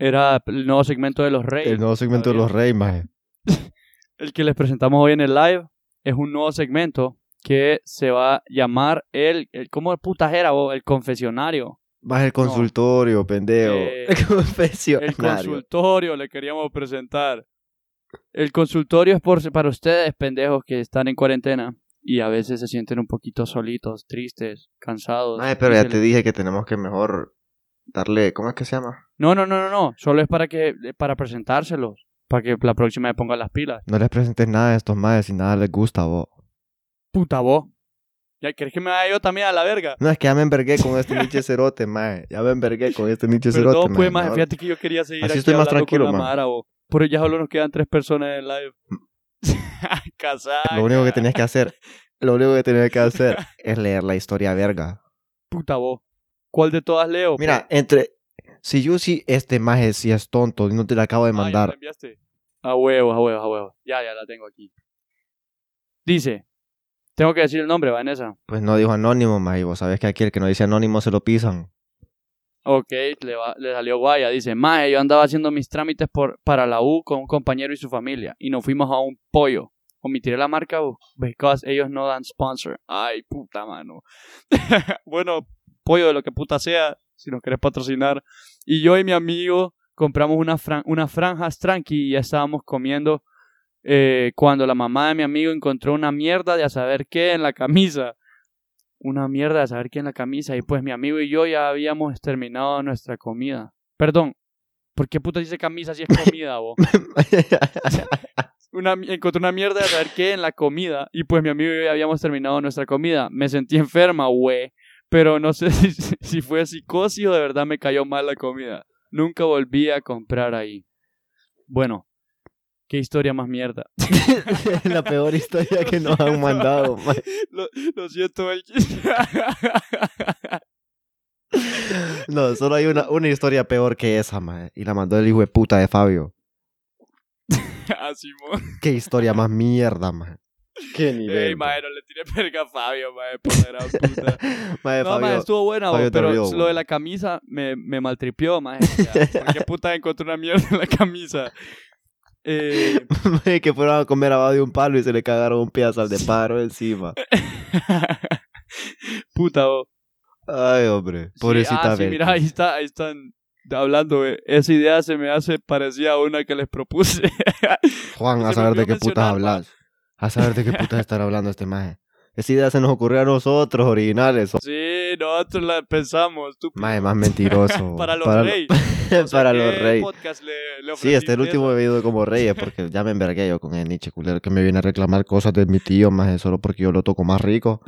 C: Era el nuevo segmento de los rey.
A: El nuevo segmento de los reyes, maje.
C: el que les presentamos hoy en el live es un nuevo segmento que se va a llamar el, el ¿cómo putas era vos? El confesionario.
A: Maje, el consultorio, pendejo.
C: Eh,
A: el confesionario.
C: El consultorio le queríamos presentar. El consultorio es por, para ustedes, pendejos, que están en cuarentena y a veces se sienten un poquito solitos, tristes, cansados.
A: Maje, pero
C: Y
A: ya
C: se
A: te
C: les-
A: dije que tenemos que mejor darle... ¿Cómo es que se llama?
C: No, no, no, no, no. Solo es para que para presentárselos, para que la próxima me ponga las pilas.
A: No les presentes nada de estos majes si nada les gusta, vos.
C: Puta vos. ¿Ya crees que me vaya yo también a la verga?
A: No, es que ya me envergué con este Nietzsche cerote, mae. Ya me envergué con este Nietzsche
C: Perdón,
A: cerote,
C: pues,
A: mae.
C: maje,
A: No,
C: fíjate que yo quería seguir
A: Así
C: aquí
A: estoy más
C: hablando
A: tranquilo,
C: con la
A: maje.
C: Mara, vos. Pero ya solo nos quedan tres personas en el live. Casaca.
A: Lo único que tenías que hacer, lo único que tenías que hacer es leer la historia verga.
C: Puta vos. ¿Cuál de todas leo?
A: Mira, entre... Si yo sí, este maje sí es tonto y no te la acabo de
C: pues? Ah, ya la
A: mandar.
C: enviaste. A huevos, a huevos, a huevos. Ya, ya la tengo aquí. Dice. Tengo que decir el nombre, Vanessa.
A: Pues no dijo anónimo, maje. y Vos sabés que aquí el que no dice anónimo se lo pisan.
C: Ok, le, va- le salió guaya. Dice, Maje, yo andaba haciendo mis trámites por, para la U con un compañero y su familia. Y nos fuimos a un pollo. Omitiré la marca U. Because ellos no dan sponsor. Ay, puta mano. bueno, pollo de lo que puta sea, si nos querés patrocinar. Y yo y mi amigo compramos unas fran- unas franjas tranqui y ya estábamos comiendo. eh, cuando la mamá de mi amigo encontró una mierda de a saber qué en la camisa una mierda de saber quién la camisa. Y pues mi amigo y yo ya habíamos terminado nuestra comida. Perdón, ¿por qué puta dice camisa si es comida, vos? Una, mi- encontré una mierda de saber qué en la comida. Y pues mi amigo y yo ya habíamos terminado nuestra comida. Me sentí enferma, güey. Pero no sé si, si fue psicosis o de verdad me cayó mal la comida. Nunca volví a comprar ahí. Bueno, qué historia más mierda.
A: la peor historia que nos han mandado, maje.
C: Lo, lo siento, Elkin.
A: No, solo hay una, una historia peor que esa, maje. Y la mandó el hijo de puta de Fabio.
C: Así, mo.
A: Qué historia más mierda, maje. Qué
C: Ey, mae, no le tiré verga a Fabio, mae, por la gran puta.
A: Mae,
C: No,
A: Eh, Fabio,
C: mae, estuvo buena,
A: Fabio
C: vos,
A: te
C: pero
A: olvidó,
C: lo
A: güey.
C: de la camisa me, me maltripió, mae. o sea, ¿Por qué puta encontré una mierda en la camisa? Eh,
A: mae, que fueron a comer abajo de un palo y se le cagaron un pedazo de paro encima.
C: puta, vos.
A: Ay, hombre,
C: Sí,
A: pobrecita
C: ah, sí,
A: Betty.
C: mira, ahí, está, ahí están hablando, güey. Esa idea se me hace parecida a una que les propuse.
A: Juan,
C: se me
A: a saber de
C: olvidó
A: qué putas
C: mencionar,
A: hablas. A saber de qué puta estar hablando este maje. Esa idea se nos ocurrió a nosotros, originales.
C: Sí, nosotros la pensamos, tú.
A: Maje, más mentiroso.
C: Para los reyes.
A: para los reyes.
C: podcast le, le
A: Sí, este es el
C: ofreciste
A: último
C: eso?
A: he ido como reyes, porque ya me envergué yo con el Nietzsche culero que me viene a reclamar cosas de mi tío, maje, solo porque yo lo toco más rico.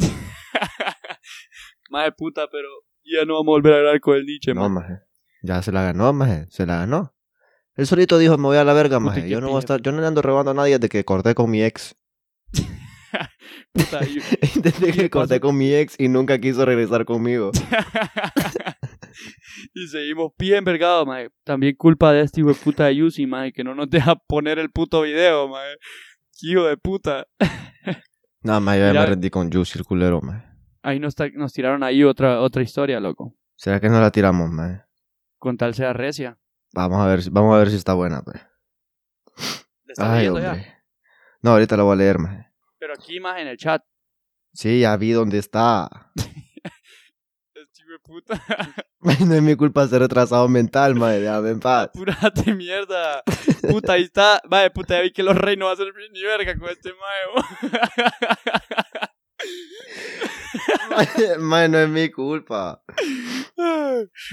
C: Más de puta, pero ya no vamos a volver a hablar con el Nietzsche,
A: No,
C: man.
A: maje. Ya se la ganó, maje. Se la ganó. Él solito dijo, me voy a la verga,
C: Puta,
A: maje.
C: qué
A: Yo no voy a
C: pija.
A: estar, yo no le ando robando a nadie desde que corté con mi ex.
C: Puta, y-
A: Desde que
C: de paso-
A: corté con mi ex y nunca quiso regresar conmigo.
C: y seguimos bien vergados, mae. También culpa de este hijo de puta de Yusi, mae, que no nos deja poner el puto video, mae. Hijo de puta.
A: No, maje, yo ya
C: Mira-
A: me rendí con Juice, el culero, maje.
C: Ahí nos, ta- nos tiraron ahí otra, otra historia, loco.
A: ¿Será que no la tiramos, maje?
C: Con tal sea recia.
A: Vamos a ver, si- vamos a ver si está buena, pues.
C: ¿La estás
A: Ay,
C: leyendo
A: hombre.
C: ya?
A: No, ahorita la voy a leer, maje.
C: Pero aquí, mae, en el chat.
A: Sí, ya vi dónde está.
C: Este hijo de puta.
A: No es mi culpa ser retrasado mental, madre. Déjame en paz.
C: Apurate, mierda. Puta, ahí está. Mae, puta, ya vi que los reinos va a ser ni verga con este mae.
A: Madre, no es mi culpa.
C: bo.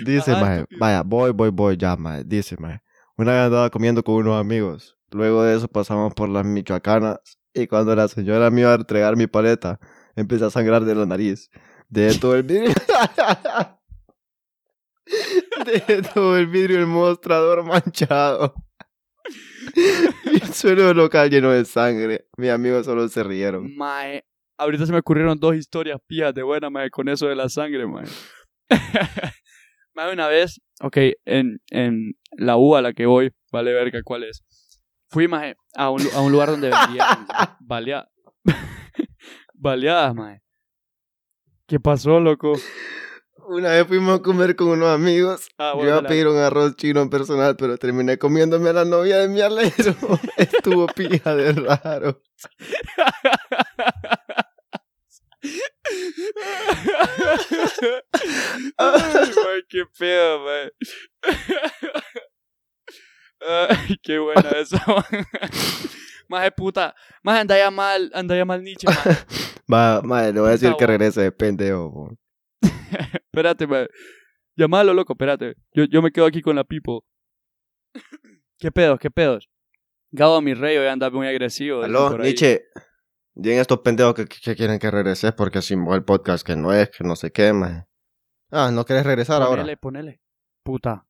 A: Dice,
C: Ajá,
A: maje,
C: estúpido.
A: vaya, voy, voy, voy, ya, maje. Dice, maje. Una vez andaba comiendo con unos amigos. Luego de eso pasamos por las michoacanas. Y cuando la señora me iba a entregar mi paleta, empecé a sangrar de la nariz. De todo el vidrio. De todo el vidrio, el mostrador manchado. Y el suelo del local lleno de sangre. Mis amigos solo se
C: Mm.
A: rieron.
C: Mae, ahorita se me ocurrieron dos historias pijas de buena, mae, con eso de la sangre, mae. mae, una vez, ok, en, en la U a la que voy, vale verga cuál es. Fui, mae, a un, lu- a un lugar donde vendían balea- baleadas, mae. ¿Qué pasó, loco?
A: Una vez fuimos a comer con unos amigos.
C: Ah,
A: Yo iba a
C: dale.
A: pedir un arroz chino personal, pero terminé comiéndome a la novia de mi alero. Estuvo pija de raro.
C: Ay, mae, qué pedo, mae. Ay, qué buena esa. Más de puta. Más anda ya mal, anda ya mal Nietzsche, mae.
A: Va, madre, le voy a decir
C: Puta,
A: que
C: bo-
A: regrese de pendejo. bo.
C: Espérate, mae. Llamalo, loco, espérate. Yo, yo me quedo aquí con la pipo. ¿Qué pedos, qué pedos? Gabo, mi rey, hoy anda muy agresivo. dicen
A: Aló,
C: por ahí.
A: Nietzsche. Digan estos pendejos que, que quieren que regreses porque sin vos el podcast que no es, que no se quema. Ah, ¿no querés regresar
C: Ponele,
A: ahora?
C: ponele. Puta.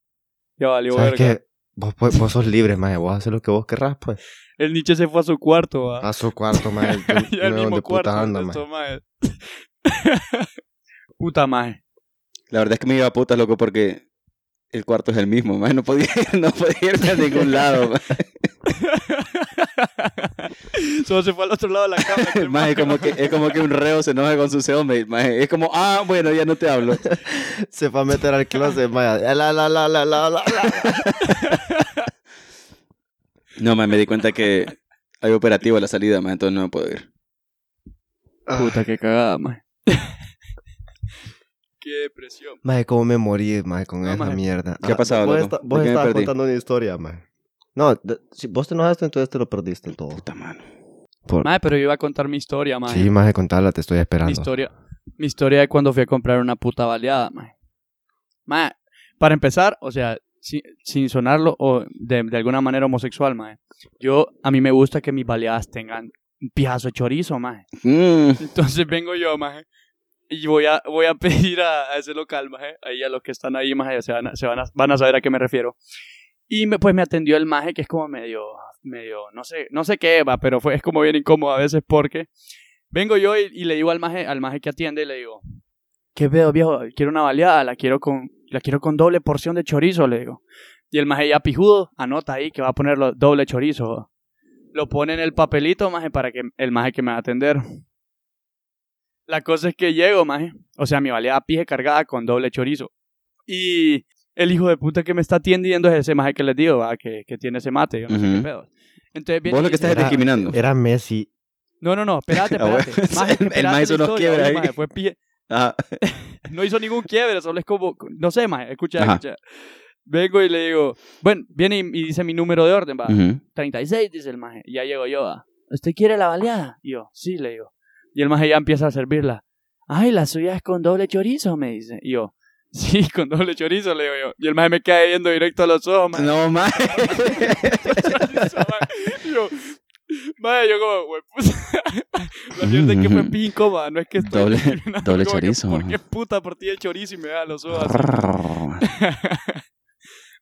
C: Ya valió
A: ¿Sabes
C: verga.
A: qué? Vos, pues, vos sos libre, madre. Vos haces lo que vos querrás, pues.
C: El Nietzsche se fue a su cuarto, va.
A: A su cuarto, madre. Yo
C: Ah.
A: no
C: Y al
A: veo
C: mismo
A: dónde
C: cuarto.
A: puta anda,
C: esto,
A: madre.
C: mae. Puta mae.
B: La verdad es que me iba a putas, loco, porque el cuarto es el mismo, man. No podía, no podía irme a ningún lado, man.
C: Solo se fue al otro lado de la cama. este
B: Más
C: mae.
B: es como que, es como que un reo se enoja con su seome. Es como, ah, bueno, ya no te hablo.
A: Se fue a meter al closet, madre. La, la, la, la, la, la.
B: No, man, me di cuenta que hay operativo a la salida, man, entonces no me puedo ir.
C: Puta, qué cagada, mae. qué depresión.
A: Mae, cómo me morí, mae, con
C: No,
A: esa
C: mae.
A: mierda.
B: ¿Qué ha pasado,
A: Vos,
B: loco?
A: esta-
B: ¿De
A: vos
B: qué me
A: estabas
B: perdí?
A: contando una historia, mae. No, de- si vos te enojaste, entonces te lo perdiste todo.
B: Puta, mano.
A: Por-
C: Mae, pero yo iba a contar mi historia, mae.
A: Sí, mae, contarla, te estoy
C: mi
A: esperando.
C: historia, mi historia de cuando fui a comprar una puta baleada, mae. Mae, para empezar, o sea, sin, sin sonarlo o de, de alguna manera homosexual, mae. Yo, a mí me gusta que mis baleadas tengan un pijazo de chorizo, mae.
B: Mm,
C: Entonces vengo yo, maje, y voy a, voy a pedir a, a ese local, maje, ahí a los que están ahí, maje, se van a, se van a, van a saber a qué me refiero. Y me, pues me atendió el maje, que es como medio, medio, no sé, no sé qué va, pero fue, es como bien incómodo a veces porque vengo yo y, y le digo al maje, al maje que atiende, y le digo, ¿qué pedo, viejo? Quiero una baleada, la quiero con, la quiero con doble porción de chorizo, le digo. Y el maje ya pijudo, anota ahí que va a poner lo- doble chorizo. Lo pone en el papelito, maje, para que el maje que me va a atender. La cosa es que llego, maje. O sea, mi baleada pije cargada con doble chorizo. Y el hijo de puta que me está atendiendo es ese maje que les digo, va, que, que tiene ese mate, yo no sé
B: Ujú.
C: qué pedo. Entonces
B: ¿Mm?
C: viene
B: Vos lo
C: y
B: que estás
C: dice,
B: es discriminando.
A: Era Messi.
C: No, no, no, espérate,
B: Ah, bueno.
C: espérate. Maje,
B: El- el maje
C: espérate la
B: hizo unos
C: historia,
B: quiebres
C: oye,
B: ahí.
C: maje, fue pije-
B: Ah,
C: no hizo ningún quiebre, solo es como, no sé, más, escucha,
B: Ajá.
C: escucha. Vengo y le digo, bueno, viene y, y dice mi número de orden, va.
B: ujú.
C: 36, dice el maje. Y Ya llego yo, va. ¿usted quiere la baleada? Y yo, sí, le digo. Y el maje ya empieza a servirla. Ay, la suya es con doble chorizo, me dice. Y yo, sí, con doble chorizo, le digo yo. Y el maje me cae yendo directo a los ojos, maje.
B: No, maje.
C: Chorizo, maje. Y yo, maje, yo como, güey, puta. La mierda es que fue bien incómoda, no es que estoy
B: Doble-
C: discriminando,
B: doble
C: como que,
B: chorizo,
C: ¿Por
B: maje.
C: qué puta por ti el chorizo y me da los ojos? así?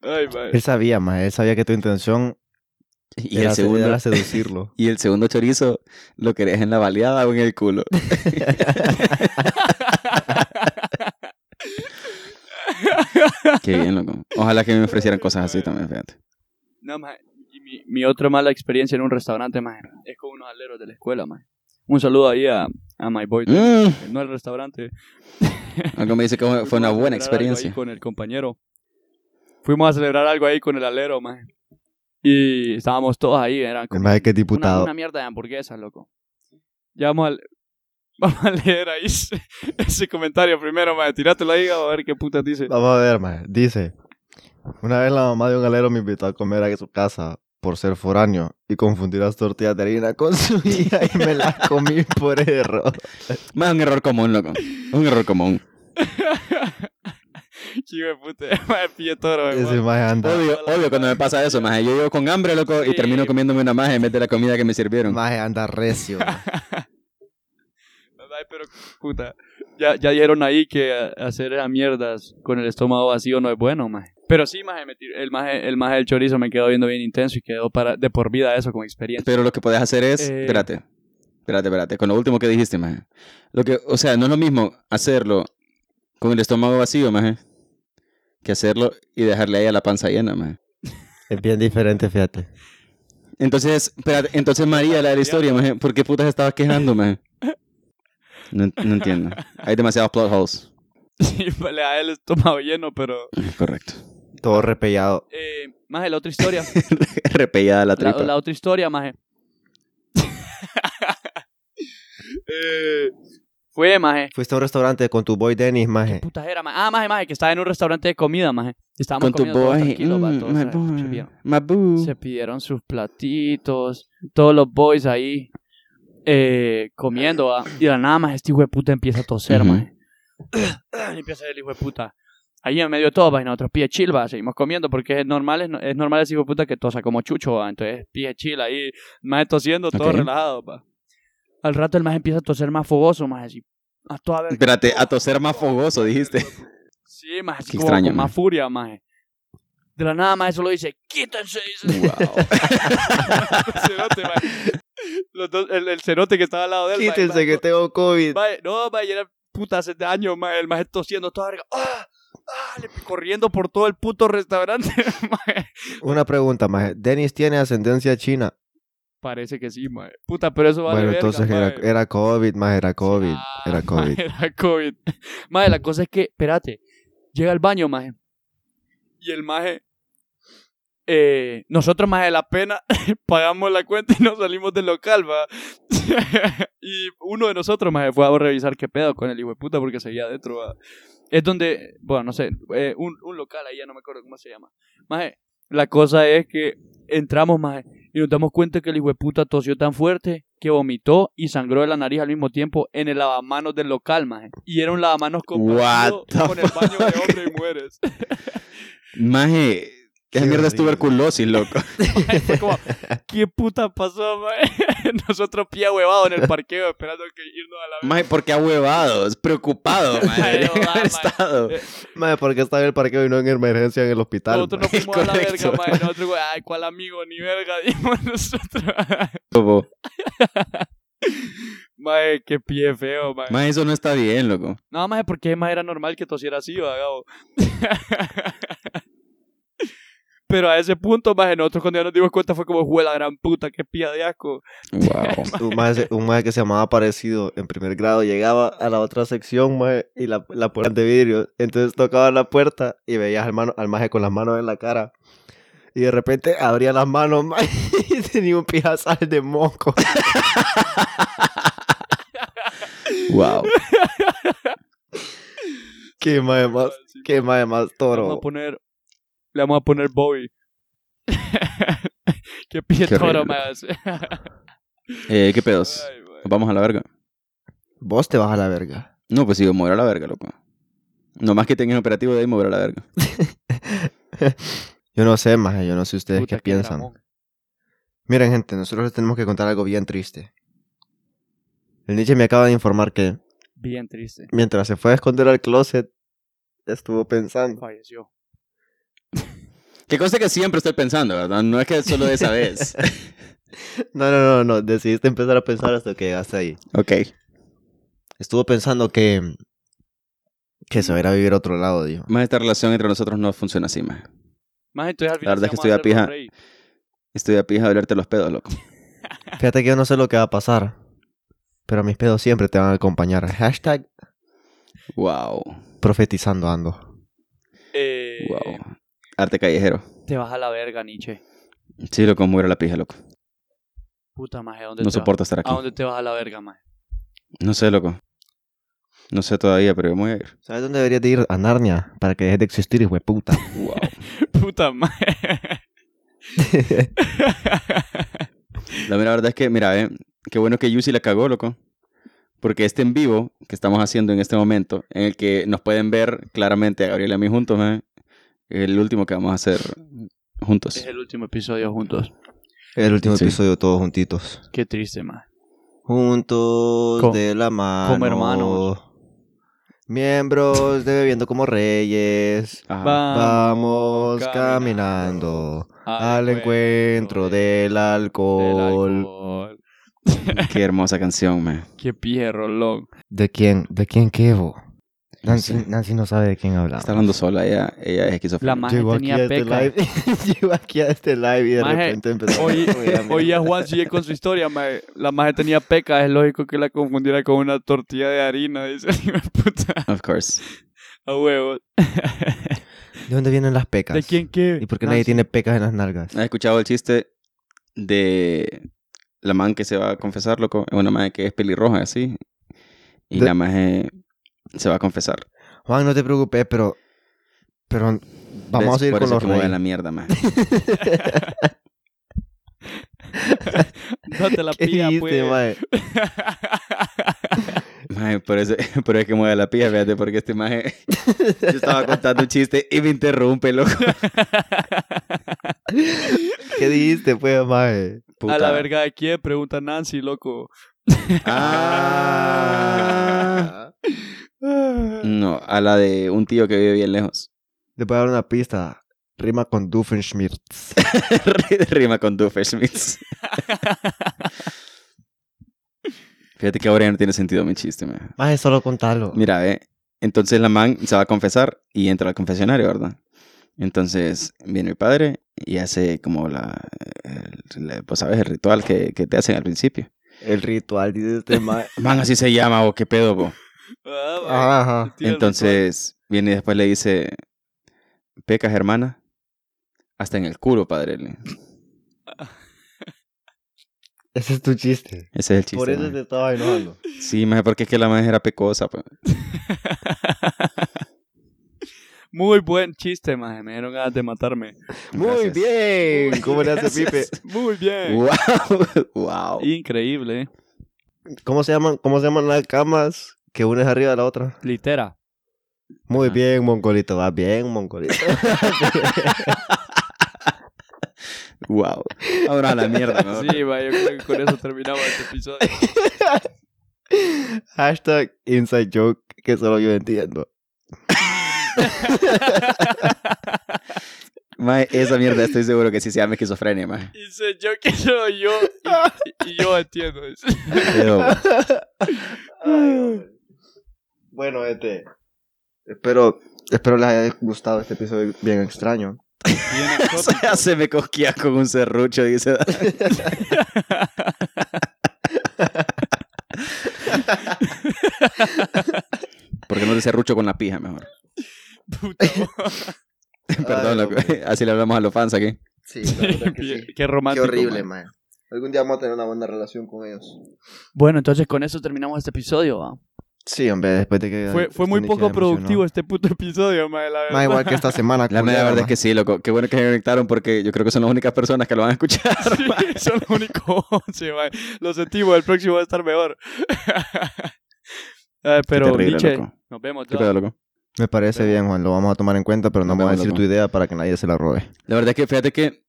C: Ay, maje.
A: Él sabía, más, él sabía que tu intención
B: y,
A: era,
B: el segundo,
A: era seducirlo.
B: y el segundo chorizo, ¿lo querés en la baleada o en el culo? Qué bien, loco. Ojalá que me ofrecieran cosas así también, fíjate.
C: No, maje. Y mi, mi otra mala experiencia en un restaurante, maje, es con unos aleros de la escuela, maje. Un saludo ahí a, a my boy,
B: Mm,
C: no el restaurante.
B: algo me dice que fue- fue una
C: Fuimos
B: buena
C: a celebrar algo ahí
B: experiencia.
C: Con el compañero. Fuimos a celebrar algo ahí con el alero, man. Y estábamos todos ahí, eran
A: El
C: como
A: maje que es
C: una,
A: diputado.
C: una mierda de hamburguesas, loco. Ya vamos a, le- vamos a leer ahí ese, ese comentario primero, man. Tirátelo ahí a ver qué puta dice.
A: Vamos a ver, maje. Dice, una vez la mamá de un galero me invitó a comer a su casa por ser foráneo y confundir las tortillas de harina con su hija y me las comí por error.
B: Más un error común, loco. Un error común.
C: Chico de puta, man, pille toro, man.
A: Ese maje anda,
B: Obvio, obvio cuando me pasa eso, maje. Yo llego con hambre, loco, y
C: Sí.
B: termino comiéndome una maje en vez de la comida que me sirvieron.
A: maje anda recio. maje.
C: Ay, pero puta. Ya, ya dieron ahí que eh, hacer esas mierdas con el estómago vacío no es bueno, maje. Pero sí, maje, me tir- el maje, el maje del chorizo me quedó viendo bien intenso y quedó para de por vida eso como experiencia.
B: Pero lo que podés hacer es,
C: Eh.
B: espérate, espérate, espérate, con lo último que dijiste, maje. Lo que, o sea, no es lo mismo hacerlo con el estómago vacío, maje, que hacerlo y dejarle ahí a la panza llena, maje.
A: Es bien diferente, fíjate.
B: Entonces, espérate, entonces María, la de la historia, maje, ¿por qué putas estabas quejando, maje? No, no entiendo. Hay demasiados plot holes.
C: Sí, le da el estómago lleno, pero...
B: Correcto.
A: Todo repellado.
C: Eh, maje, la otra historia.
B: Repellada la
C: la,
B: tripa.
C: la otra historia, maje. Eh, fue, maje.
A: Fuiste a un restaurante con tu boy Dennis, maje.
C: Putas era, maje. Ah, maje, maje, que estaba en un restaurante de comida, maje. Y estábamos
B: Con tu
C: comiendo todos
B: boy.
C: tranquilos, va,
B: mm,
C: todos,
B: my
C: eh, se
B: boy.
C: vieron.
B: My boo.
C: Se pidieron sus platitos, todos los boys ahí eh, comiendo. ¿va? Y de la nada más este hijo de puta empieza a toser,
B: Ujú.
C: maje. Y empieza el hijo de puta. Ahí en medio de todo, va, y nosotros pie chill, va, seguimos comiendo porque es normal, es, no- es normal ese hijo de puta que tosa como chucho, va. Entonces pie chill ahí, más tosiendo, todo
B: Ok.
C: relajado, va. Al rato el más empieza a toser más fogoso, más así. A toda verga.
B: Espérate, a toser más fogoso, dijiste.
C: Sí, más así
B: Qué
C: como
B: extraño,
C: con más
B: maje.
C: furia, más. De la nada, más solo dice, quítense, dice. cerote, mae. Los dos- el, el cerote que estaba al lado de él. mae,
A: Quítense
C: mae,
A: que
C: co-
A: tengo COVID.
C: mae, no, mae, era puta hace años, mae, el maestro tosiendo toda verga. ¡Ah! ¡Ah! Le- corriendo por todo el puto restaurante. mae.
A: Una pregunta, maje. ¿Dennis tiene ascendencia china?
C: Parece que sí, mae. Puta, pero eso vale
A: bueno,
C: verga,
A: entonces era,
C: mae.
A: era COVID, maje, era COVID.
C: Ah,
A: era COVID.
C: mae, era COVID. Mae, la cosa es que, espérate, llega al baño, maje. Y el maje. eh, nosotros, maje, de la pena, pagamos la cuenta y nos salimos del local, va. y uno de nosotros, maje, fue a revisar qué pedo con el hijo de puta porque seguía adentro, va. Es donde, bueno, no sé, eh, un, un local ahí, ya no me acuerdo cómo se llama. Maje, la cosa es que entramos, maje, y nos damos cuenta que el hijo de puta tosió tan fuerte que vomitó y sangró de la nariz al mismo tiempo en el lavamanos del local, maje. Y era un lavamanos compartido
B: What the
C: con el baño de hombres y mujeres.
B: Maje,
A: Qué
B: esa mierda es
A: horrible.
B: tuberculosis, loco.
C: Maje, fue como, ¿qué puta pasó, maje? Nosotros pie huevado en el parqueo esperando que irnos a la
B: Maje, porque ha huevado, es preocupado, maje.
C: Maje,
B: debería
C: huevada,
B: haber
C: maje.
B: estado.
A: Maje, ¿por qué estaba en el parqueo y no en emergencia en el hospital?
C: Nosotros no
A: maje?
C: fuimos a la verga,
B: correcto.
C: maje. Nosotros, güey, ay, ¿cuál amigo? Ni verga, dimos nosotros.
B: Bobo.
C: Maje, qué pie feo, maje.
B: Maje, eso no está bien, loco.
C: No, maje, porque maje era normal que tosiera así, va, Gabo. Pero a ese punto, maje, nosotros cuando ya nos dimos cuenta fue como, "Jue la gran puta, qué pía de asco.
B: Wow.
A: un maje, un maje que se llamaba parecido en primer grado llegaba a la otra sección maje, y la, la puerta de vidrio entonces tocaba la puerta y veías al, mano, al maje con las manos en la cara y de repente abría las manos maje, y tenía un pijazal de moco
B: Wow.
A: qué maje más
C: Sí,
A: qué maje más
C: le vamos
A: toro
C: a poner, le vamos a poner Bobby. qué pía
B: Qué
C: toro,
B: horrible.
C: maje.
B: Eh, ¿Qué pedos? ¿Nos vamos a la verga?
A: Vos te vas a la verga.
B: No, pues sí, mover a la verga, loco. Nomás que tengas operativo de ahí, mover a la verga.
A: Yo no sé, maje, yo no sé ustedes
C: Puta,
A: qué piensan.
C: dramón.
A: Miren, gente, nosotros les tenemos que contar algo bien triste. El Nietzsche me acaba de informar que
C: Bien triste.
A: mientras se fue a esconder al closet, estuvo pensando.
C: Falleció.
B: Que cosa que siempre estoy pensando, ¿verdad? No es que solo de esa vez.
A: No, no, no, no, decidiste empezar a pensar hasta que llegaste ahí.
B: ok.
A: Estuvo pensando que. que se va a ir a vivir a otro lado, dijo.
B: Más esta relación entre nosotros no funciona así, más.
C: Más entonces al final
B: verdad
C: sí
B: es que
C: vamos
B: estoy a
C: hacer los reyes.
B: Estoy a pija de olerte los pedos, loco.
A: Fíjate que yo no sé lo que va a pasar. Pero mis pedos siempre te van a acompañar. Hashtag
B: Wow.
A: profetizando ando.
C: Eh,
B: Wow. Arte callejero.
C: Te vas a la verga, Nietzsche.
B: Sí, loco, muero la pija, loco.
C: Puta maje, ¿a dónde
B: No
C: te vas?
B: soporto estar aquí.
C: ¿A dónde te vas a la verga, maje?
B: No sé, loco. No sé todavía, pero yo me voy a ir.
A: ¿Sabes dónde deberías de ir? A Narnia. Para que dejes de existir, hijo de puta.
B: Wow.
C: Puta maje.
B: La mera verdad es que, mira, eh, qué bueno que Yusi la cagó, loco. Porque este en vivo que estamos haciendo en este momento, en el que nos pueden ver claramente a Gabriel y a mí juntos, eh, es el último que vamos a hacer juntos.
C: es el último episodio juntos.
A: El último
B: Sí.
A: episodio, todos juntitos.
C: Qué triste, maje.
A: Juntos
C: Co-
A: de la mano.
C: como hermanos.
A: Miembros de Bebiendo como Reyes.
B: Ajá.
A: Vamos
C: Ah, caminando
A: caminando al encuentro del
C: del
A: alcohol.
C: alcohol.
B: Qué hermosa canción, man.
C: Qué pierro, loco.
A: ¿De quién? ¿De quién qué, bo? Nancy,
B: sé.
A: Nancy no sabe de quién hablamos.
B: Está hablando sola, ella, ella es
C: La
B: esquizofrénica.
C: maje tenía peca.
A: este live. Llegó aquí a este live y de
C: Maje,
A: repente empezó.
C: Oye,
A: Oigan,
C: oye a Juan sigue con su historia, mae. La maje tenía peca, es lógico que la confundiera con una tortilla de harina, dice el hijo de puta.
B: Of course.
C: A huevos.
A: ¿De dónde vienen las pecas?
C: ¿De quién qué?
A: ¿Y por qué nadie
C: Nancy.
A: tiene pecas en las nalgas?
B: ¿Has escuchado el chiste de la man que se va a confesar, loco? Es una man que es pelirroja, así. Y
A: De-
B: la man se va a confesar.
A: Juan, no te preocupes, pero. Pero vamos
B: ¿Ves?
A: a seguir
B: Por
A: con
B: eso
A: los
B: que me voy a
A: reyes.
B: la mierda, man.
C: Date la
A: ¿Qué
C: pía,
A: dijiste,
C: pues.
A: mae?
B: Mae, por eso, por eso que mueve la pija, fíjate, porque esta imagen. Yo estaba contando un chiste y me interrumpe, loco.
A: ¿Qué dijiste, pues, mae?
B: Puta.
C: A la verga de quién, pregunta Nancy, loco.
B: Ah. No, a la de un tío que vive bien lejos.
A: Te voy a dar una pista. Rima con Doofenshmirtz.
B: Rima con Doofenshmirtz. Fíjate que ahora ya no tiene sentido mi chiste, mae.
A: Mae, solo contalo.
B: Mira, ve. Entonces la man se va a confesar y entra al confesionario, ¿verdad? Entonces viene el padre y hace como la, el- la- pues sabes, el ritual que, que te hacen al principio.
A: El ritual, dice este mae.
B: Man, así se llama, o qué pedo, bo.
C: Ah, mae,
A: Ajá, ajá.
C: tira el
B: Entonces viene y después le dice, pecas, hermana, hasta en el culo, padre. le-
A: Ese es tu chiste.
B: Ese es el chiste.
A: Por eso
B: man.
A: te estaba enojando.
B: Sí, más porque es que la madre era pecosa. pues.
C: ritual. Muy buen chiste, maje. Me dieron ganas de matarme.
A: Muy
B: Gracias.
A: bien. ¿Cómo le hace Pipe?
B: Gracias.
C: Muy bien.
B: Wow, wow.
C: Increíble. eh.
A: ¿Cómo se llaman, cómo se llaman las camas que una es arriba de la otra?
C: Litera.
A: Muy
B: Ajá.
A: bien, Mongolito. Va bien, Mongolito.
B: Wow. Ahora a la mierda, mejor.
C: Sí, mae, yo creo que con eso terminamos este episodio.
A: Hashtag inside joke que solo yo entiendo.
B: Mae, esa mierda estoy seguro que sí se llama esquizofrenia, mae.
C: Y sé yo que soy yo y, y yo entiendo eso.
B: Pero,
A: bueno, este. Espero, espero les haya gustado este episodio bien extraño.
B: se, se me cosquea con un serrucho, dice. Dan. ¿Por qué no te serrucho con la pija mejor?
C: Puta,
A: Ay,
B: Perdón, loco.
A: hombre.
B: así le hablamos a los fans aquí.
A: Sí, la verdad que
C: bien,
A: sí.
C: qué
A: Qué
C: romántico.
A: horrible,
C: mae.
A: man. Algún día vamos a tener una buena relación con ellos.
C: Bueno, entonces con eso terminamos este episodio. ¿va?
A: Sí, hombre, después de que...
C: Fue, fue muy
A: Stanley se
C: poco
A: emocionó.
C: productivo este puto episodio, mae, la verdad.
A: Más igual que esta semana.
B: La media
A: culera,
B: verdad es
A: ma.
B: que sí, loco. Qué bueno que se conectaron porque yo creo que son las únicas personas que lo van a escuchar.
C: Sí, son los únicos 11, mae. Lo sentimos, el próximo va a estar mejor. Ay, pero,
B: terrible,
C: Nietzsche,
B: loco.
C: nos vemos.
B: ¿Qué
C: ya.
B: pedo, loco?
A: Me parece
C: Pero-
A: bien, Juan. Lo vamos a tomar en cuenta, pero no
B: Nos
A: vamos a
B: vemos,
A: decir
B: loco.
A: tu idea para que nadie se la robe.
B: La verdad es que fíjate que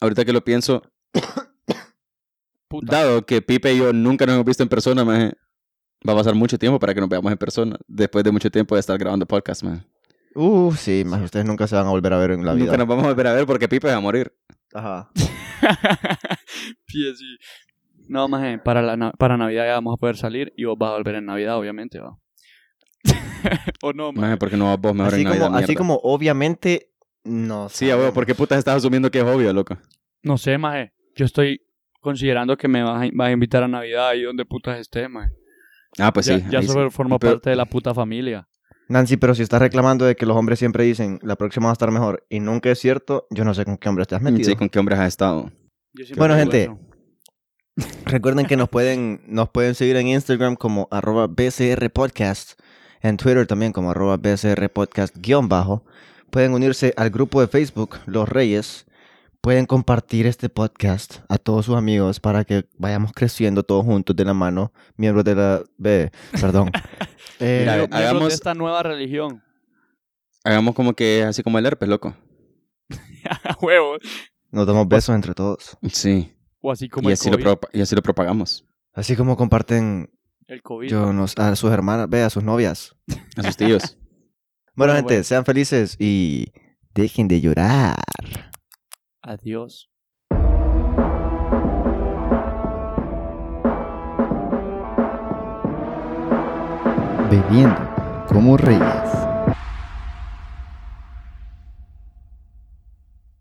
B: ahorita que lo pienso,
C: Puta.
B: dado que Pipe y yo nunca nos hemos visto en persona, maje, va a pasar mucho tiempo para que nos veamos en persona. Después de mucho tiempo de estar grabando podcast, maje.
A: Uh, sí, más ustedes nunca se van a volver a ver en la vida.
B: Nunca nos vamos a volver a ver porque Pipe va a morir.
A: Ajá.
C: Sí, sí. No, más para, la, na- para Navidad ya vamos a poder salir y vos vas a volver en Navidad, obviamente, va. o no, maje.
B: Maje, porque no vas vos mejor
A: Así
B: en Navidad,
A: como, así
B: mierda.
A: como obviamente no.
B: Sí, a huevo,
A: sabemos.
B: ¿por qué putas estás asumiendo que es obvio, loco?
C: No sé, maje. Yo estoy considerando que me vas a, vas a invitar a Navidad ahí donde putas estés, maje.
B: Ah, pues
C: ya
B: sí.
C: ya
B: ahí sí.
C: solo formo
B: Pero-
C: parte de la puta familia.
A: Nancy, pero si estás reclamando de que los hombres siempre dicen la próxima va a estar mejor y nunca es cierto, yo no sé con qué hombre te has metido.
B: Sí, ¿con qué hombres has estado?
C: Yo siempre
A: Bueno,
C: digo
A: gente.
C: eso.
A: Recuerden que nos pueden, nos pueden seguir en Instagram como arroba BCR Podcast, en Twitter también como arroba BCR Podcast guión bajo. Pueden unirse al grupo de Facebook Los Reyes. Pueden compartir este podcast a todos sus amigos para que vayamos creciendo todos juntos de la mano, miembros de la B, perdón. Eh,
B: Mira,
C: Miembros de
B: hagamos-
C: esta nueva religión.
B: Hagamos como que es así como el herpes, loco.
C: A huevo.
A: nos damos besos entre todos.
B: Sí.
C: O así como
B: Y
C: el,
B: así, lo
C: COVID,
B: propa- y así lo propagamos.
A: Así como comparten
C: el COVID.
A: yo, nos- a sus hermanas, ve a sus novias.
B: A sus tíos.
A: Bueno,
C: Bueno,
A: gente,
C: bueno.
A: sean felices y dejen de llorar.
C: Adiós.
A: Bebiendo como reyes.